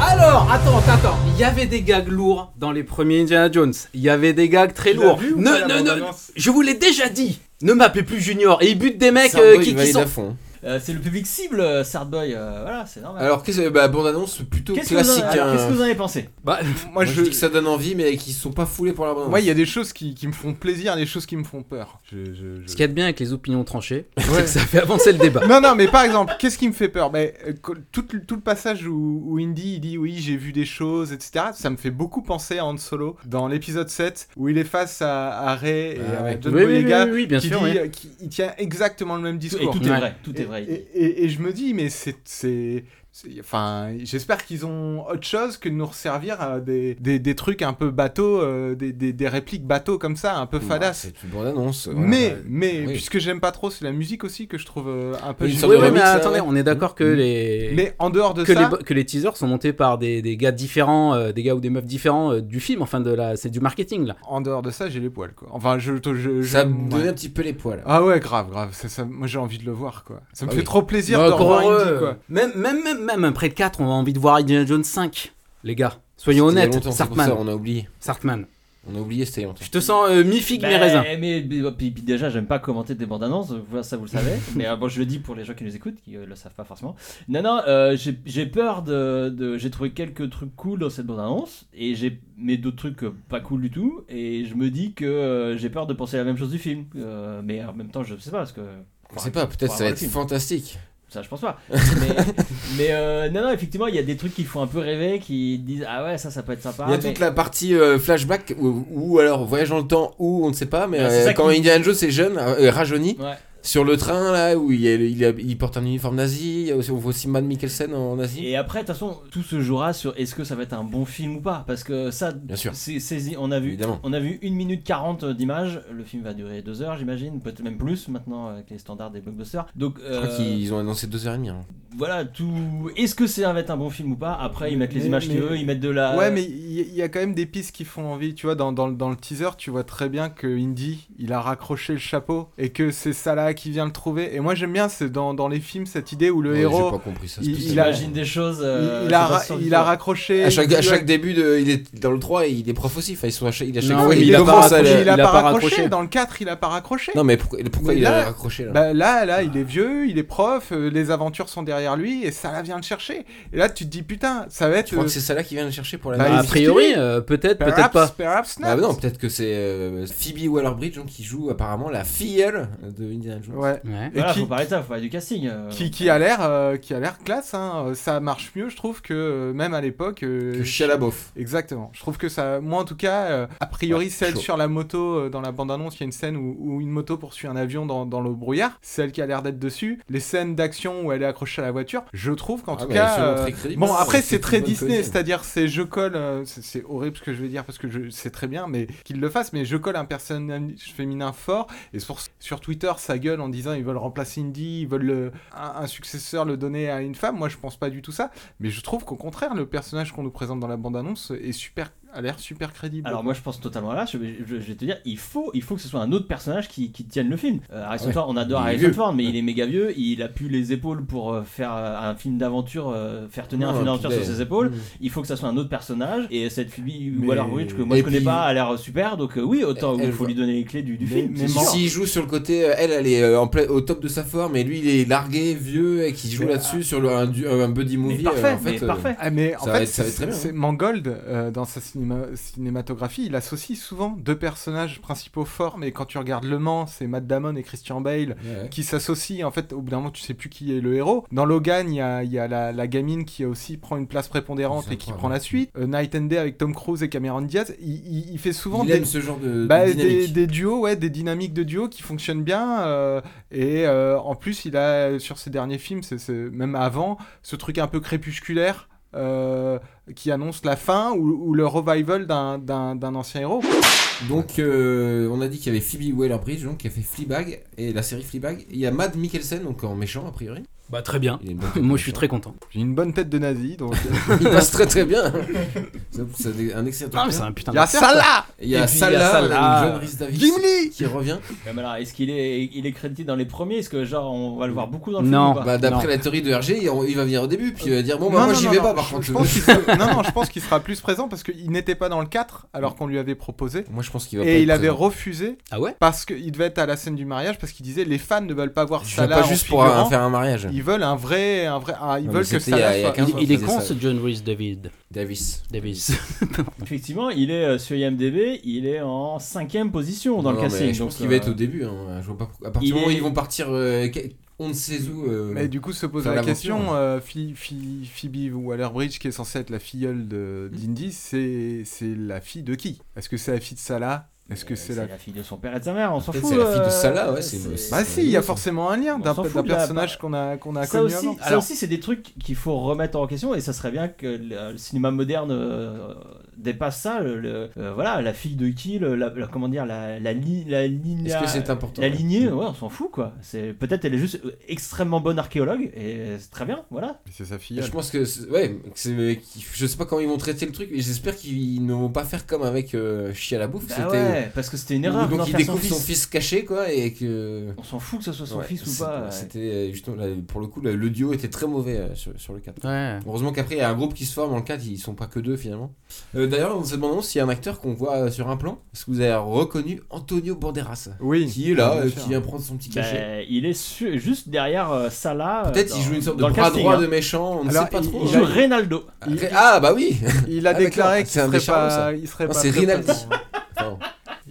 S9: Alors, attends, attends, attends. Il y avait des gags lourds dans les premiers Indiana Jones. Il y avait des gags très
S6: Tu l'as
S9: lourds.
S6: vu ou
S9: ne,
S6: pas, la
S9: ne, ne-
S6: bande-annonce
S9: je vous l'ai déjà dit. Ne m'appelez plus Junior. Et ils butent des mecs
S3: Sardo,
S9: euh,
S3: il
S9: qui, qui
S3: valide
S9: sont.
S3: à fond.
S5: Euh, c'est le public cible, euh, Sartboy. euh, voilà, c'est normal.
S3: Alors, qu'est-ce bah, bande annonce plutôt
S5: Qu'est-ce que vous en-
S3: classique.
S5: alors,
S3: hein.
S5: qu'est-ce que vous en avez pensé
S6: Bah,
S3: Moi, je dis que ça donne envie, mais qu'ils sont pas foulés pour la bande
S6: Moi, il y a des choses qui, qui me font plaisir, des choses qui me font peur. Je- je- je-
S9: Ce qu'il y a de bien avec les opinions tranchées, c'est
S6: Ouais.
S9: que ça fait avancer le débat.
S6: Non, non, mais par exemple, qu'est-ce qui me fait peur mais, euh, co- tout, le- tout le passage où, où Indy il dit oui, j'ai vu des choses, etc. Ça me fait beaucoup penser à Han Solo dans l'épisode 7 où il est face à, à Rey et
S9: Ah,
S6: à
S9: ouais.
S6: John
S9: Oui, oui,
S6: Boyega
S9: oui, oui, bien
S6: qui,
S9: sûr,
S6: dit,
S9: oui.
S6: euh, qui- il tient exactement le même
S5: Tout-
S6: discours.
S5: Et tout est
S9: Ouais.
S5: vrai, tout est vrai.
S6: Et, et- et je me dis, mais c'est. c'est- c'est- Enfin, j'espère qu'ils ont autre chose que de nous resservir à des, des, des trucs un peu bateaux, euh, des, des- des répliques bateaux comme ça, un peu fadas.
S3: C'est une bande annonce. voilà. bah,
S6: mais, mais
S3: Oui.
S6: puisque j'aime pas trop, c'est la musique aussi que je trouve euh, un peu.
S3: Une
S6: gênante.
S3: sorte
S9: Oui,
S3: de
S9: oui, mais
S3: remix, ça,
S9: attendez,
S3: ouais.
S9: on est d'accord que les.
S6: Mais en dehors de
S9: que, les,
S6: ça,
S9: bo- que les teasers sont montés par des, des gars différents, euh, des gars ou des meufs différents euh, du film, enfin de la, c'est du marketing là.
S6: en dehors de ça, j'ai les poils quoi. Enfin, je, je, je-
S3: Ça
S6: je-
S3: me donnait
S6: ouais.
S3: un petit peu les poils.
S6: Ah ouais, grave, grave. Ça, ça- moi, j'ai envie de le voir quoi. Ça me
S3: Ah
S6: fait
S3: oui.
S6: trop plaisir
S9: Non,
S6: de
S9: encore
S6: revoir Indy
S9: heureux.
S6: quoi.
S9: euh, Même, même, même, même après le 4, on a envie de voir Indiana Jones 5, les gars. Soyons
S3: C'était il y a
S9: honnêtes,
S3: longtemps, c'est pour
S9: Sartman.
S3: ça, on a oublié.
S9: hein. Sartman.
S3: On a oublié, c'était il y a longtemps.
S9: Je te sens euh, mi-figue,
S5: Bah,
S9: mi-raisin.
S5: Mais, mais- puis, puis déjà, j'aime pas commenter des bandes annonces, voilà, ça vous le savez. mais euh, bon, je le dis pour les gens qui nous écoutent, qui euh, le savent pas forcément. Non, non, euh, j'ai j'ai peur de. de- j'ai trouvé quelques trucs cool dans cette bande annonce, et j'ai mais d'autres trucs euh, pas cool du tout. Et je me dis que euh, j'ai peur de penser la même chose du film. Euh, mais en même temps, je sais pas, parce que.
S3: On sait pas, peut-être ça va
S5: Faudra voir le
S3: être
S5: film.
S3: fantastique.
S5: Ça, je pense pas. Mais, <laughs> mais, euh, non, non, effectivement, il y a des trucs qui font un peu rêver, qui disent Ah ouais, ça, ça peut être sympa.
S3: Il y a
S5: mais-
S3: toute la partie euh, flashback, ou, ou alors voyage dans le temps, ou on ne sait pas, mais
S5: Ah, c'est
S3: euh,
S5: ça
S3: quand
S5: qui-
S3: Indiana Jones est jeune, euh, rajeuni,
S5: Ouais.
S3: sur le train là, où il, est- il, a- il porte un uniforme nazi, il y a aussi- on voit aussi Mad Mikkelsen en Asie.
S5: Et après, de toute façon, tout se jouera sur est-ce que ça va être un bon film ou pas. Parce que ça, Bien
S3: sûr.
S5: on a vu,
S3: Évidemment.
S5: on a vu 1 minute 40 d'images. Le film va durer 2 heures, j'imagine, peut-être même plus maintenant avec les standards des blockbusters. Donc
S3: Je crois
S5: euh,
S3: qu'ils ont annoncé 2h30. hein.
S5: voilà, tout. Est-ce que ça va être un bon film ou pas Après, ils mettent les
S6: Mais-
S5: images qu'ils
S6: mais-
S5: veulent, ils mettent de
S3: euh,
S5: la.
S6: Ouais, mais il y, il y a quand même des pistes qui font envie. Tu vois, dans, dans, dans le teaser, tu vois très bien que Indy, il a raccroché le chapeau et que c'est Salah qui vient le trouver. Et moi, j'aime bien c'est dans, dans les films cette idée où le
S3: Ouais,
S6: héros,
S3: J'ai pas compris ça.
S6: il-
S3: spécialement.
S5: il imagine des choses. euh,
S6: il, il a,
S5: c'est pas
S6: ra-
S5: sûr du
S6: il
S5: tout.
S6: a raccroché.
S3: hein. À chaque, à
S6: tu vois,
S3: chaque début, de, il est dans le 3 et il est prof aussi. Enfin, ils sont à chaque, il est à chaque
S9: Non,
S3: fois,
S9: oui,
S3: il
S9: il a pas
S3: commence à
S9: raccroché,
S3: le-
S6: Ah il a
S9: il a
S6: pas
S9: pas
S6: raccroché.
S9: raccroché.
S6: Dans le 4, il a pas raccroché.
S3: Non, mais pourquoi, pourquoi
S6: Mais
S3: il a
S6: là-
S3: raccroché là
S6: Bah, là, là, il est vieux, il est prof, euh, les aventures sont derrière lui et Salah vient le chercher. Et là, tu te dis putain, ça va être.
S3: Tu crois
S6: euh,
S3: que c'est ça là qui vient le chercher pour la
S6: Bah,
S3: Ah,
S9: a
S6: il-
S9: priori, euh, peut-être, peut-être
S6: perhaps,
S9: pas.
S6: perhaps not.
S3: Ah bah non, peut-être que c'est euh, Phoebe Waller-Bridge donc, qui joue apparemment la filleule de Indiana Jones.
S6: Ouais.
S9: Ouais.
S6: Et
S5: Voilà,
S6: qui-
S5: faut parler de ça, faut parler du casting. euh.
S6: qui, qui a l'air euh, qui a l'air classe hein. Euh, ça marche mieux je trouve que euh, même à l'époque euh,
S3: Que Shia LaBeouf.
S6: exactement je trouve que ça moi en tout cas euh, a priori
S3: Ouais,
S6: celle
S3: chaud.
S6: sur la moto euh, dans la bande annonce il y a une scène où, où une moto poursuit un avion dans, dans le brouillard celle qui a l'air d'être dessus les scènes d'action où elle est accrochée à la voiture je trouve qu'en
S3: Ah
S6: tout
S3: bah,
S6: cas
S3: elles sont
S6: euh,
S3: très crédibles.
S6: Bon,
S3: Ah,
S6: après,
S3: c'est
S6: c'est
S3: une
S6: très
S3: bonne
S6: Disney,
S3: comédienne.
S6: c'est-à-dire, c'est je colle, euh, c'est c'est horrible ce que je vais dire parce que je sais très bien, mais qu'il le fasse, mais je colle un personnage féminin fort, et sur, sur Twitter, sa gueule en disant ils veulent remplacer Indy, ils veulent le- un, un successeur le donner à une femme, moi je pense pas du tout ça, mais je trouve qu'au contraire, le personnage qu'on nous présente dans la bande-annonce est super, a l'air super crédible.
S5: Alors moi je pense totalement à là, je, je- je vais te dire, il faut, il faut que ce soit un autre personnage qui, qui tienne le film. Euh, Harrison
S3: Ouais.
S5: Ford, on adore
S3: Il est
S5: Harrison
S3: vieux.
S5: Ford, mais il est méga vieux, il a plus les épaules pour euh, faire euh, un film d'aventure, euh, faire tenir un
S3: Non,
S5: film
S3: un
S5: d'aventure
S3: petit
S5: sur
S3: dé-
S5: ses épaules.
S3: Mm.
S5: Il faut que ça soit un autre personnage, et cette Phoebe
S6: Mais-
S5: Waller-Bridge que moi
S3: Et
S5: je connais
S3: puis-
S5: pas a l'air super, donc euh, oui, autant
S3: Elle-
S5: il faut
S3: elle-
S5: lui donner les clés du, du
S6: Mais-
S5: film.
S6: mais
S5: c'est sûr.
S3: S'il joue sur le côté, euh, elle, elle est euh, en plein- au top de sa forme et lui, il est largué, vieux et qui joue
S6: Mais,
S3: là-dessus sur le, un, du- un buddy
S5: Mais
S3: movie. euh,
S5: parfait,
S3: en fait,
S5: mais
S3: euh,
S5: parfait.
S6: Ah, mais en
S3: Ça va
S6: fait,
S3: être- ça va être très
S6: c'est
S3: bien, hein.
S6: c'est- Mangold, euh, dans sa cinéma- cinématographie, il associe souvent deux personnages principaux forts, mais quand tu regardes Le Mans, c'est Matt Damon et Christian Bale,
S3: ouais.
S6: qui s'associe en fait au bout d'un moment tu sais plus qui est le héros dans Logan il y a, il y a la, la gamine qui aussi prend une place prépondérante
S3: C'est
S6: et qui
S3: incroyable.
S6: prend la suite Euh, Night and Day avec Tom Cruise et Cameron Diaz il, il- il fait souvent
S3: Il
S6: des,
S3: aime ce genre de, de
S6: bah, des,
S3: dynamique.
S6: des duos ouais des dynamiques de duos qui fonctionnent bien euh, et euh, en plus il a sur ses derniers films c'est c'est- même avant ce truc un peu crépusculaire euh, qui annonce la fin ou, ou le revival d'un- d'un d'un ancien héros
S3: Donc, euh, on a dit qu'il y avait Phoebe Waller-Bridge donc, qui a fait Fleabag et la série Fleabag. Il y a Mad Mikkelsen, donc en méchant a priori.
S9: Bah très bien. <laughs>
S3: Il a une bonne tête de
S9: Moi je suis
S3: méchant.
S9: très content.
S6: J'ai une bonne tête de
S3: <laughs>
S6: nazi, donc.
S3: Il passe très très bien. C'est- C'est un excellent.
S9: Non mais
S3: acteur.
S9: c'est un putain
S6: Il y a
S9: d'acteur,
S6: ça
S9: quoi.
S6: là
S3: Et Il y a
S9: puis, il y a
S3: Salah, le
S9: Salah.
S3: jeune Rhys Davies,
S6: Gimli
S3: qui revient.
S5: Ouais, mais alors, est-ce qu'il est, il est crédité dans les premiers Est-ce que genre on va le voir beaucoup dans le film
S9: Non.
S5: ou pas
S3: Bah, D'après
S9: Non.
S3: la théorie de Hergé, il il va venir au début, puis il va dire Bon, bah,
S6: Non,
S3: moi
S6: non,
S3: j'y
S6: non,
S3: vais
S6: non,
S3: pas par
S6: je-
S3: contre.
S6: Je pense qu'il sera- <laughs> non, non, je pense qu'il sera plus présent parce qu'il n'était pas dans le 4 alors qu'on lui avait proposé.
S3: <laughs> Moi je pense qu'il va pas.
S6: Et
S3: être
S6: il avait
S3: présent.
S6: refusé
S9: Ah ouais
S6: parce qu'il devait être à la scène du mariage parce qu'il disait les fans ne veulent pas voir
S3: Je viens
S6: Salah.
S3: pas
S6: en
S3: juste pour
S6: figurant.
S3: un- faire un mariage.
S6: Ils veulent un vrai. Un vrai ah, ils
S3: Non, mais
S6: veulent que
S3: c'était il y a- il y a
S6: Salah soit.
S3: 15
S9: il, il est
S3: faisait
S9: con
S3: ça.
S9: ce John Rhys David.
S3: Davis.
S9: Davis.
S5: Effectivement, il est euh, sur IMDb, il est en cinquième position
S3: Non,
S5: dans le
S3: non,
S5: casting.
S3: mais Je
S5: donc,
S3: pense qu'il va être
S5: euh,
S3: au début. hein, je vois pas pourquoi. À partir
S5: il
S3: du moment où
S5: est-
S3: ils vont partir, euh, que- on ne sait où. euh,
S6: Mais du coup, se pose
S3: Faire
S6: la
S3: l'aventure,
S6: question
S3: ouais.
S6: euh, Phi- Phi- Phoebe Waller-Bridge, qui est censée être la filleule de-
S3: Mm.
S6: d'Indy, c'est c'est la fille de qui Est-ce que c'est la fille de Salah Est-ce que
S5: euh,
S6: c'est la.
S5: fille de son père et de sa mère On s'en
S3: Peut-être
S5: fout.
S3: c'est la fille de
S5: euh,
S3: Salah, ouais, c'est une-
S6: Bah, si, il y a
S3: ça.
S6: forcément un lien
S5: On
S6: d'un
S5: s'en
S6: d'un
S5: fout de la-
S6: personnage qu'on a, qu'on a
S5: ça
S6: connu
S5: aussi,
S6: avant.
S5: ça aussi, c'est des trucs qu'il faut remettre en question et ça serait bien que le, le cinéma moderne euh, dépasse ça. le- le- euh, voilà, la fille de qui, le- la, la- comment dire, la, la, li- la ligne-
S3: Est-ce que c'est important
S5: la lignée, ouais, on s'en fout quoi. C'est peut-être elle est juste euh, extrêmement bonne archéologue et c'est très bien, voilà.
S6: Mais C'est sa filleule.
S3: Je pense que c'est- ouais, que c'est- euh, qu'il- je sais pas comment ils vont traiter le truc, mais j'espère qu'ils ne vont pas faire comme avec euh, Chi à la bouffe.
S5: Bah
S3: c'était- euh,
S5: ouais, parce que c'était une erreur.
S3: Donc
S5: d'en
S3: il
S5: faire
S3: découvre
S5: son fils.
S3: caché quoi et que.
S5: On s'en fout que ce soit son
S3: Ouais,
S5: fils
S3: c'est-
S5: ou pas. ouais.
S3: C'était euh, justement là, pour le coup le, le duo était très mauvais euh, sur, sur le 4.
S9: Ouais.
S3: Heureusement qu'après il y a un groupe qui se forme en 4, ils sont pas que deux finalement. Euh, D'ailleurs, on se demandons s'il y a un acteur qu'on voit euh, sur un plan. Est-ce que vous avez reconnu Antonio Banderas
S6: Oui.
S3: Qui est là,
S6: Bien
S3: euh,
S6: sûr.
S3: qui vient prendre son petit
S5: Bah,
S3: cachet.
S5: il est su- juste derrière euh, Salah. euh,
S3: Peut-être
S5: dans-
S3: il joue une sorte de
S5: dans le
S3: bras
S5: casting,
S3: droit
S5: hein.
S3: de méchant, on ne
S6: Alors,
S3: sait pas
S6: il-
S3: trop.
S5: Il
S6: il
S5: joue
S3: hein.
S5: Rinaldo.
S6: il-
S3: Ah bah oui
S6: Il a
S3: Ah, d'accord,
S6: déclaré qu'il
S3: c'est un
S6: serait
S3: des charmes,
S6: pas.
S3: ça.
S6: Il serait
S3: Non,
S6: pas
S3: c'est
S6: très
S3: Rinaldi.
S6: présent.
S3: <laughs> Enfin,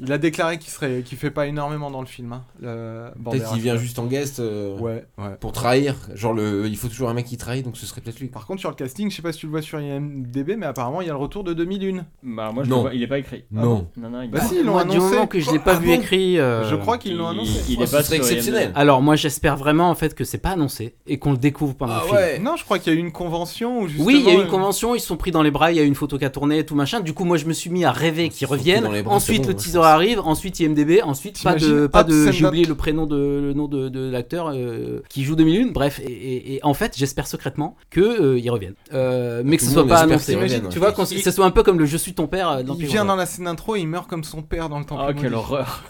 S6: Il a déclaré qu'il serait, qu'il fait pas énormément dans le film. hein, le
S3: Peut-être
S6: Banderas.
S3: qu'il vient juste en guest euh,
S6: Ouais, ouais.
S3: pour trahir. Genre, le, il faut toujours un mec qui trahit, donc ce serait peut-être lui.
S6: Par contre, sur le casting, je sais pas si tu le vois sur IMDb, mais apparemment, il y a le retour de 2001.
S5: Bah, moi, je
S3: Non.
S5: le vois, il est pas écrit. Ah
S3: Non.
S5: bon non, non, il
S6: Bah
S5: est pas.
S6: si, ils l'ont
S9: Moi, du
S6: annoncé.
S9: moment que je l'ai
S3: Ah
S9: pas vu
S3: bon
S9: écrit. euh,
S6: Je crois qu'ils l'ont
S5: il-
S6: annoncé.
S5: Il,
S3: Oh,
S5: est
S3: ce
S5: pas
S3: serait
S5: sur
S3: exceptionnel.
S6: Ah,
S5: IMDb.
S9: Alors moi j'espère vraiment en fait que c'est pas annoncé et qu'on le découvre
S3: Ah
S9: pendant le film.
S6: Non, je crois qu'il y a eu une convention où justement.
S9: Oui, il y a eu une
S6: euh,
S9: convention, ils se sont pris dans les bras, il y a eu une photo qui a tourné et tout machin. Du coup, moi, je me suis mis à rêver
S3: Ils se
S9: qu'ils
S3: sont pris
S9: reviennent.
S3: dans les bras,
S9: Ensuite,
S3: c'est
S9: le
S3: bon,
S9: teaser
S3: je pense.
S9: arrive, ensuite IMDb, ensuite pas de,
S6: T'imagines,
S9: pas
S6: hop,
S9: de,
S6: scène
S9: j'ai oublié
S6: d'op-
S9: le prénom de le nom de, de l'acteur euh, qui joue 2001. Bref, et, et- et en fait, j'espère secrètement que euh, ils reviennent, Euh, mais que
S3: Tout
S9: ce
S3: le
S9: soit
S3: monde
S9: pas
S3: espère
S9: annoncé.
S3: qu'ils reviennent,
S9: Tu
S3: ouais.
S9: vois, qu'on- que ce soit un peu comme le Je suis ton père euh, dans
S6: Il
S9: Pire
S6: vient
S9: Horreur.
S6: dans la scène d'intro et il meurt comme son père dans le temple.
S5: Ah, quelle
S6: maudit.
S5: horreur.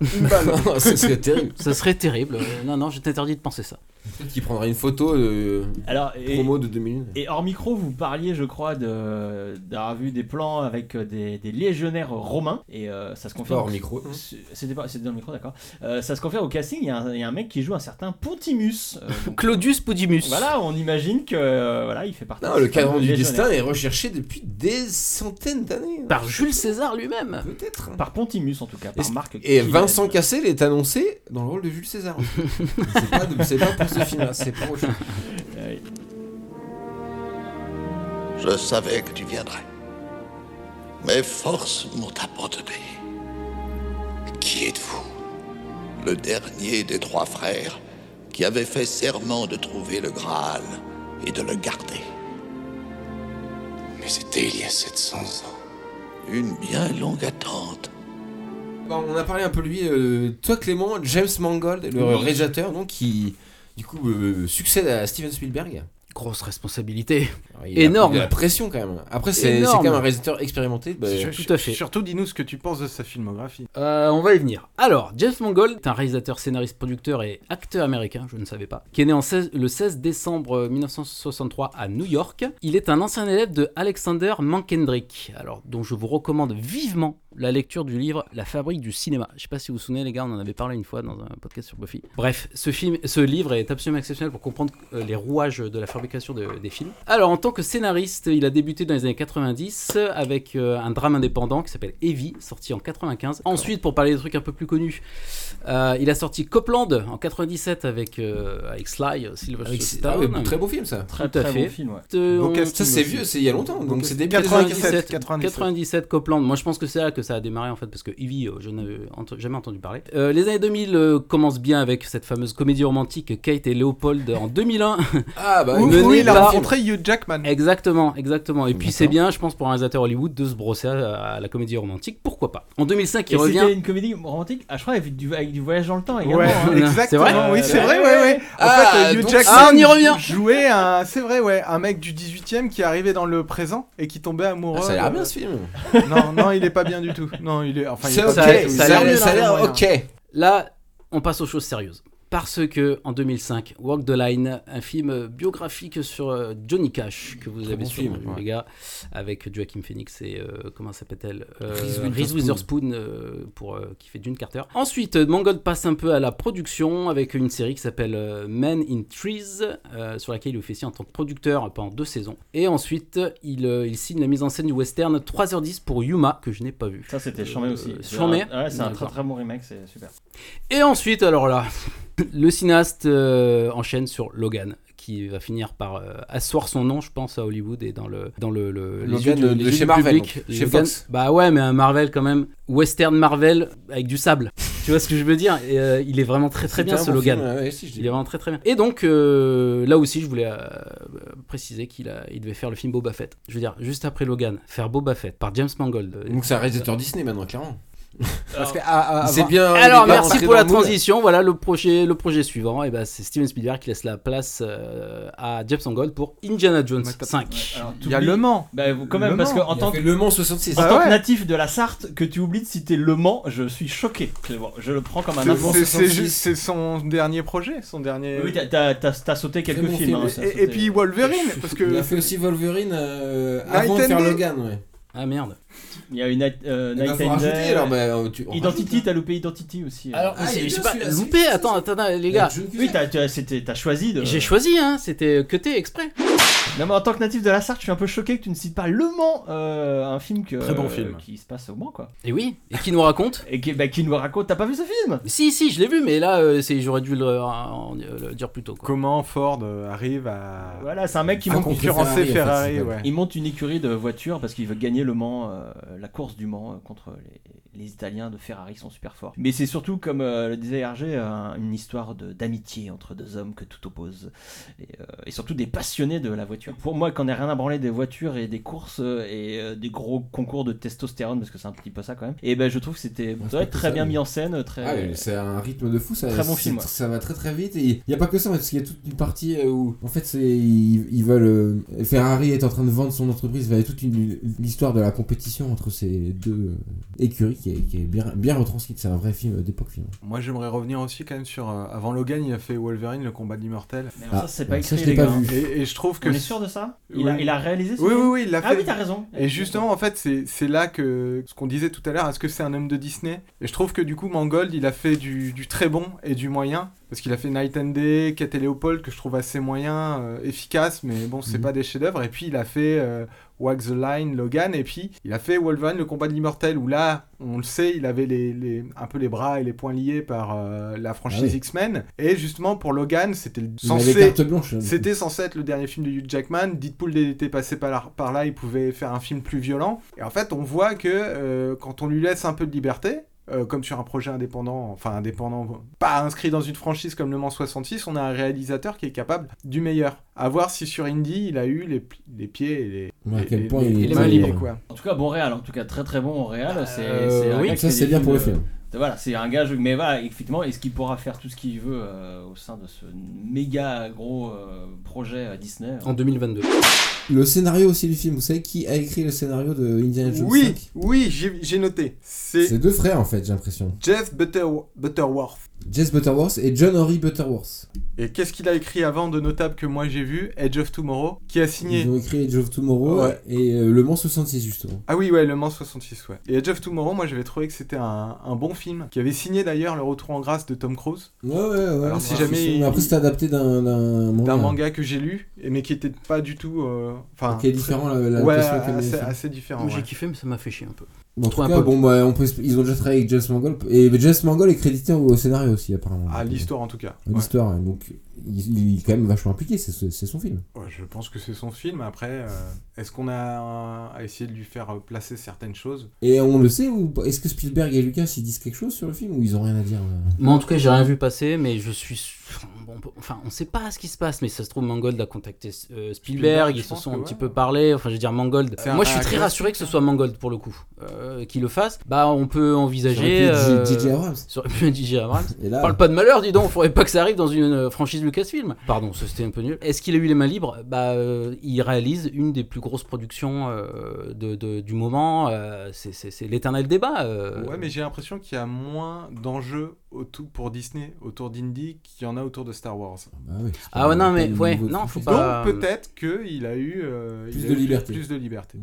S3: Non, <laughs> ce serait terrible.
S9: Ça serait terrible. Euh, non, non, je t'interdis de penser ça.
S3: Peut-être qu'il prendrait une photo de
S5: Alors, et,
S3: promo de 2 minutes.
S5: et hors micro, vous parliez, je crois, de- d'avoir vu des plans avec euh, des, des légionnaires romains. Et euh, ça se
S3: Pas hors
S5: confirme.
S3: micro.
S9: hein.
S5: C'était pas- c'était dans le micro, d'accord. Euh, ça se confirme au casting, il y, a un- il y a un mec qui joue un certain Pontimus.
S3: <laughs>
S5: Euh, donc,
S9: Claudius Podimus.
S5: Voilà, on imagine que euh, voilà, il fait partie.
S3: Non,
S5: de
S3: le
S5: ce
S3: cadran du
S5: légionnaire.
S3: destin est recherché depuis des centaines d'années.
S9: Par Jules César lui-même.
S3: Peut-être.
S5: Par Pontimus en tout cas, par
S3: Est-ce-
S5: Marc.
S3: Et
S5: Killian.
S3: Vincent Cassel est annoncé dans le rôle de Jules
S9: <laughs>
S3: César. c'est pas, de- c'est pas pour ce film-là, c'est pour autre chose.
S5: Euh,
S1: Je savais que tu viendrais. Mes forces m'ont abandonné. Qui êtes-vous Le dernier des trois frères qui avait fait serment de trouver le Graal et de le garder.
S10: Mais c'était il y a 700 ans.
S1: Une bien longue attente.
S3: Bon, on a parlé un peu de lui, euh, toi Clément, James Mangold, le réalisateur, donc, qui du coup euh, succède à Steven Spielberg.
S9: Grosse responsabilité.
S3: Alors, il a-
S9: Énorme.
S3: il a la pression quand même. Après, c'est c'est
S9: Énorme.
S3: quand même un réalisateur expérimenté. bah,
S9: C'est sûr.
S6: Sur-
S9: Tout à fait.
S6: Surtout, dis-nous ce que tu penses de sa filmographie.
S9: Euh, on va y venir. Alors, Jeff Mangold est un réalisateur, scénariste, producteur et acteur américain, je ne savais pas, qui est né en 16 le 16 décembre euh, 1963 à New York. Il est un ancien élève de Alexander Mankendrake, alors dont je vous recommande vivement la lecture du livre La fabrique du cinéma. Je sais pas si vous vous souvenez les gars, on en avait parlé une fois dans un podcast sur Buffy. Bref, ce film, ce livre est absolument exceptionnel pour comprendre euh, les rouages de la fabrication de- des films. Alors, en tant que scénariste, il a débuté dans les années 90 avec euh, un drame indépendant qui s'appelle Heavy, sorti en 95. Ensuite, pour parler des trucs un peu plus connus, euh, il a sorti Copland en 97 avec, euh, avec Sly, euh,
S3: avec-
S9: Sylvester
S3: ah ouais, très beau film ça.
S5: Très
S9: Tout à
S5: très
S9: fait.
S5: bon film, ouais.
S9: Euh,
S6: Beau
S9: on-
S6: casting
S3: Ça c'est
S6: aussi.
S3: vieux, c'est il y a longtemps, donc c'est début des années
S6: 97,
S9: 97, 97 Copland. Moi, je pense que c'est là que que ça a démarré en fait, parce que Ivy, euh, je n'avais ent- jamais entendu parler. Euh, les années 2000 euh, commencent bien avec cette fameuse comédie romantique Kate et Léopold
S5: <laughs>
S9: en 2001.
S3: Ah bah,
S9: Ouh,
S3: menée
S9: menée
S6: oui, il a
S9: par-
S6: rencontré Hugh Jackman.
S9: Exactement, exactement. Et puis
S3: D'accord.
S9: c'est bien, je pense, pour un réalisateur Hollywood de se brosser à, à la comédie romantique, pourquoi pas. En 2005, il
S5: Et
S9: revient.
S5: c'était une comédie romantique Ah, je crois avec du, avec du voyage dans le temps également.
S6: Ouais,
S5: hein.
S9: hein. C'est
S6: exactement,
S9: vrai
S6: oui, c'est
S5: Euh,
S6: vrai,
S5: ouais,
S6: ouais,
S5: ouais.
S6: ouais. En
S3: Ah,
S6: fait, euh, Hugh
S3: donc-
S6: Jackman
S9: Ah, on y revient.
S6: jouait un, c'est vrai, ouais, un mec du 18ème qui arrivait dans le présent et qui tombait amoureux.
S3: Ah, ça a
S6: euh,
S3: l'air bien ce film.
S6: Non, non, il est pas bien du tout. Non, il est, enfin, il
S3: C'est
S6: est pas
S3: ok,
S9: ça-
S6: bien du tout.
S9: ça
S3: ça a
S6: Il est
S3: l'air-
S9: l'air-
S3: ça a l'air
S6: moyen.
S3: ok.
S9: Là, on passe aux choses sérieuses. Parce que en 2005, Walk the Line, un film euh, biographique sur euh, Johnny Cash que vous
S3: Très
S9: avez
S3: bon
S9: sûrement
S3: film,
S9: vu,
S3: ouais.
S9: les gars, avec Joaquin Phoenix et euh, comment s'appelle-t-elle Euh,
S3: Reese Witherspoon.
S9: Reese Witherspoon euh, pour euh, qui fait June Carter. Ensuite, euh, Mangold passe un peu à la production avec une série qui s'appelle euh, Men in Trees, euh, sur laquelle il officie en tant que producteur euh, pendant deux saisons. Et ensuite, il, euh, il signe la mise en scène du western 3h10 pour Yuma que je n'ai pas vu.
S5: Ça, c'était Chambé
S9: Euh,
S5: aussi.
S9: Chambé
S5: Ouais, c'est un très
S9: D'accord.
S5: très bon remake, c'est super.
S9: Et ensuite, alors là, <laughs> le cinéaste euh, enchaîne sur Logan, qui va finir par euh, asseoir son nom, je pense, à Hollywood et dans le dans le, le-
S3: Logan
S9: yeux du-
S3: de- de
S9: yeux
S3: chez
S9: du
S3: Marvel, donc, chez
S9: Logan-
S3: Fox.
S9: Bah ouais, mais un Marvel quand même, western Marvel avec
S3: <laughs>
S9: du sable. tu vois ce que je veux dire Et, euh, Il est vraiment très très bien
S3: C'était
S9: ce
S3: un bon
S9: Logan.
S3: film, ouais, si, je dis.
S9: Il est vraiment très très bien. Et donc euh, là aussi, je voulais euh, préciser qu'il a- il devait faire le film Boba Fett. Je veux dire, juste après Logan, faire Boba Fett par James Mangold. Euh,
S3: Donc c'est un réalisateur Disney maintenant, clairement.
S6: Parce que, ah, ah,
S3: C'est
S6: avant-
S3: bien.
S9: bah. Alors
S3: il est bien
S9: merci
S3: rentré
S9: pour
S3: dans
S9: la
S3: le moule.
S9: transition. Voilà le projet, le projet suivant. Et ben c'est Steven Spielberg qui laisse la place euh, à James Mangold pour Indiana Jones
S6: Ouais, t'as-
S9: 5.
S5: Alors,
S6: Il y a
S5: t'oublies-
S6: Le Mans.
S5: Bah, vous- quand même,
S6: Le
S5: parce que
S6: Mans,
S5: en
S3: Il a
S5: tant que.
S3: fait Le Mans 66.
S5: En
S6: Ah
S5: tant que
S6: ouais.
S5: natif de la Sarthe, que tu oublies de citer Le Mans, je suis choqué. Clément. Je le prends comme un
S6: C'est-
S5: avance.
S6: c'est- C'est
S3: 66.
S6: juste- c'est son dernier projet, son dernier.
S5: Oui, t'as- t'as t'as- t'as sauté quelques
S3: bon
S5: films.
S3: film.
S5: hein,
S3: Et-
S5: ça,
S6: et,
S5: c'était-
S6: et puis
S5: <laughs>
S6: Wolverine, parce
S3: Il
S6: que
S3: a fait aussi Wolverine euh, avant de
S6: Night and
S3: faire
S6: Day.
S3: Logan, ouais.
S9: Ah merde.
S5: il y a une euh,
S6: Eh
S3: Il
S6: ben,
S5: Night
S3: va
S5: and
S3: falloir
S5: Day.
S3: rajouter alors. bah, euh, tu- on
S5: Identity,
S3: rajoute,
S5: t'as loupé Identity aussi. euh.
S3: hein. Alors, ah, il est
S9: j'ai
S3: bien
S9: pas
S3: celui-là,
S9: loupé.
S3: celui-là,
S9: Attends,
S3: celui-là.
S9: attends, attends, les
S3: Avec
S9: gars.
S3: June Cusack.
S5: oui, t'as- t'as c'était- t'as choisi
S6: euh.
S5: de.
S9: J'ai choisi, hein, c'était cuté exprès.
S5: Non, mais en tant que natif de la Sarthe, je suis un peu choqué que tu ne cites pas Le Mans, euh, un film que.
S6: Très bon
S5: euh,
S6: film.
S5: Qui se passe au Mans, quoi.
S9: Et oui, et qui nous raconte
S5: Et qui, bah, qui nous raconte. T'as pas vu ce film
S9: Si, si, je l'ai vu, mais là, euh, c'est- j'aurais dû le, en- euh, le dire plus tôt. quoi.
S6: comment Ford euh, arrive à
S5: Voilà, c'est un mec qui
S3: Ah,
S5: monte,
S3: con- Ferrari, en
S6: concurrencer
S3: fait,
S6: Ferrari,
S3: c'est
S6: ouais.
S5: il monte une écurie de voitures parce qu'il veut gagner Le Mans, euh, la course du Mans euh, contre les, les Italiens de Ferrari qui sont super forts. Mais c'est surtout, comme euh, le disait Hergé, un- une histoire de- d'amitié entre deux hommes que tout oppose. Et, euh, et surtout des passionnés de la voiture. Pour moi, qu'on n'ait rien à branler des voitures et des courses euh, et euh, des gros concours de testostérone, parce que c'est un petit peu ça quand même, et ben je trouve que c'était
S3: c'est
S5: ouais,
S3: pas
S5: très
S3: ça,
S5: bien
S3: mais-
S5: mis en scène, très.
S6: Euh,
S3: Ah oui, c'est un rythme de fou, ça,
S5: Très bon
S3: c'est-
S5: film, ouais.
S3: ça va très très vite. Et il n'y a pas que ça, parce qu'il y a toute une partie euh, où en fait c'est- ils, ils veulent. euh, Ferrari est en train de vendre son entreprise, il y a toute une, une histoire de la compétition entre ces deux euh, écuries qui est, qui est bien, bien retranscrite. C'est un vrai film euh, d'époque film.
S6: Moi, j'aimerais revenir aussi quand même sur euh, avant Logan, il a fait Wolverine, le combat de l'immortel.
S5: Mais alors ça,
S3: Ah,
S5: c'est pas
S3: ça,
S5: écrit,
S3: je l'ai
S5: les
S3: pas
S5: gars. hein.
S3: vu.
S6: Et, et je trouve que
S5: On est sûr de ça il, a,
S6: Oui.
S5: il a réalisé ce
S6: Oui,
S5: film
S6: oui, oui, il l'a
S5: Ah
S6: fait.
S5: oui, t'as raison.
S6: Et justement, en fait, c'est c'est là que ce qu'on disait tout à l'heure, est-ce que c'est un homme de Disney Et je trouve que du coup, Mangold, il a fait du, du très bon et du moyen. Parce qu'il a fait Night and Day, Cat et Léopold, que je trouve assez moyen, euh, efficace, mais bon, c'est
S3: Mhm.
S6: pas des chefs-d'œuvre. Et puis, il a fait euh, Walk the Line, Logan, et puis, il a fait Wolverine, le combat de l'immortel, où là, on le sait, il avait les, les- un peu les bras et les poings liés par euh, la franchise
S3: Ah oui.
S6: X-Men. Et justement, pour Logan, c'était le-
S3: Il avait
S6: censé
S3: carte blanche. hein, là,
S6: c'était censé être le dernier film de Hugh Jackman. Deadpool était passé par là, par là, il pouvait faire un film plus violent. Et en fait, on voit que euh, quand on lui laisse un peu de liberté, euh, comme sur un projet indépendant, enfin indépendant, pas inscrit dans une franchise comme Le Mans 66, on a un réalisateur qui est capable du meilleur. À voir si sur Indy, il a eu les, p- les pieds et les,
S3: Ouais, à
S6: et-
S3: quel
S6: et-
S3: point
S6: et
S3: il
S9: est
S6: les mains
S9: libre.
S6: libres, quoi.
S5: En tout cas, bon réal, en tout cas très très bon réal. c'est
S9: Euh,
S5: c'est un
S3: Donc
S5: gars
S9: oui,
S5: qui
S3: Bah, ça
S5: fait
S3: c'est
S5: des
S3: bien pour le
S5: films,
S3: film.
S5: euh, Voilà, c'est un gars, je- mais voilà, effectivement, est-ce qu'il pourra faire tout ce qu'il veut euh, au sein de ce méga gros euh, projet euh, Disney
S9: En 2022.
S6: euh,
S3: Le scénario aussi du film, vous savez qui a écrit le scénario de Indiana Jones
S6: Oui,
S3: 5
S6: oui, j'ai j'ai noté. C'est
S3: C'est deux frères en fait, j'ai l'impression.
S6: Jeff Butter- Butterworth.
S3: Jess Butterworth et John Henry Butterworth.
S6: Et qu'est-ce qu'il a écrit avant de notable que moi j'ai vu Edge of Tomorrow, qui a signé
S3: Ils ont écrit Age of Tomorrow
S6: Ouais.
S3: et euh, Le Mans 66 justement.
S6: Ah oui, ouais, Le Mans 66, ouais. Et Edge of Tomorrow, moi j'avais trouvé que c'était un, un bon film, qui avait signé d'ailleurs le retour en grâce de Tom Cruise,
S3: Ouais, ouais, ouais.
S6: Alors, si
S3: Ouais,
S6: jamais
S3: c'est-
S6: il-
S3: Après, c'est adapté d'un d'un manga.
S6: d'un manga que j'ai lu, et- mais qui était pas du tout. euh, Enfin.
S3: Qui est différent, la, la
S6: ouais,
S3: version qu'elle
S6: assez,
S3: avait faite.
S6: assez différent.
S9: Moi, J'ai
S6: Ah, ouais.
S9: kiffé, mais ça m'a fait chier un peu.
S3: Bon, en
S9: trouve
S3: tout
S9: un
S3: cas,
S9: peu-
S3: bon, bah, on peut, exp- ils ont déjà travaillé avec Jess Mangold. Et Jess Mangold est crédité au, au scénario aussi, apparemment.
S6: Ah, l'histoire en tout cas.
S3: À
S6: Ouais.
S3: L'histoire, hein, donc. il, il est quand même vachement impliqué, c'est ce- c'est son film.
S6: Ouais, je pense que c'est son film. Après, euh, est-ce qu'on a à essayer de lui faire euh, placer certaines choses
S3: Et on le sait ou pas Est-ce que Spielberg et Lucas ils disent quelque chose sur le film ou ils ont rien à dire euh
S9: Moi, en tout cas, j'ai rien vu passer, mais je suis. sûr- bon, on peut- Enfin, on sait pas ce qui se passe, mais ça se trouve, Mangold a contacté euh, Spielberg,
S6: Spielberg, je
S9: ils se
S6: pense
S9: sont
S6: que
S9: un
S6: ouais.
S9: petit peu parlé. Enfin, je veux dire, Mangold.
S6: C'est un
S9: Moi, je suis très
S6: réacteur.
S9: rassuré que ce soit Mangold pour le coup, euh, qui le fasse. Bah, on peut
S3: Ça aurait pu
S9: envisager.
S3: être J-
S9: euh,
S3: J.J. Abrams.
S9: ça aurait pu être J.J. Abrams.
S3: Et là,
S9: Parle pas de malheur, dis donc, faudrait pas que ça arrive dans une euh, franchise Lucasfilm. Pardon, ça, c'était un peu nul. Est-ce qu'il a eu les mains libres Bah, euh, il réalise une des plus grosses productions euh, de, de- du moment. euh, c'est- c'est c'est l'éternel débat. euh.
S6: Ouais, mais j'ai l'impression qu'il y a moins d'enjeux autour pour Disney autour d'Indy qu'il y en a autour de Star Wars.
S3: bah ouais, c'est
S9: Ah ouais,
S3: pas-
S9: non, mais-
S3: pas le
S9: ouais,
S3: niveau de
S9: non,
S3: son
S9: faut
S3: film.
S9: Bah,
S6: Donc peut-être qu'il a eu euh, il
S3: plus
S6: a
S3: de
S6: eu
S3: liberté.
S6: Plus de liberté.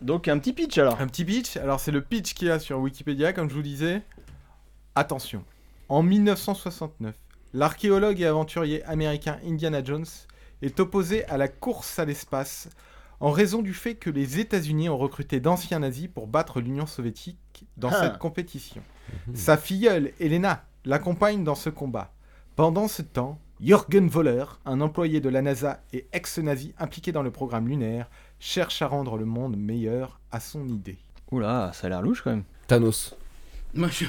S5: Donc un petit pitch alors.
S6: Un petit pitch, alors c'est le pitch qu'il y a sur Wikipédia, comme je vous disais. Attention, en 1969, l'archéologue et aventurier américain Indiana Jones est opposé à la course à l'espace en raison du fait que les États-Unis ont recruté d'anciens nazis pour battre l'Union soviétique dans
S5: Ah.
S6: cette compétition.
S3: Mhm.
S6: Sa filleule, Elena, l'accompagne dans ce combat. Pendant ce temps, Jürgen Voller, un employé de la NASA et ex-nazi impliqué dans le programme lunaire, cherche à rendre le monde meilleur à son idée.
S5: Oula, ça a l'air louche quand même.
S3: Thanos.
S9: Moi, je...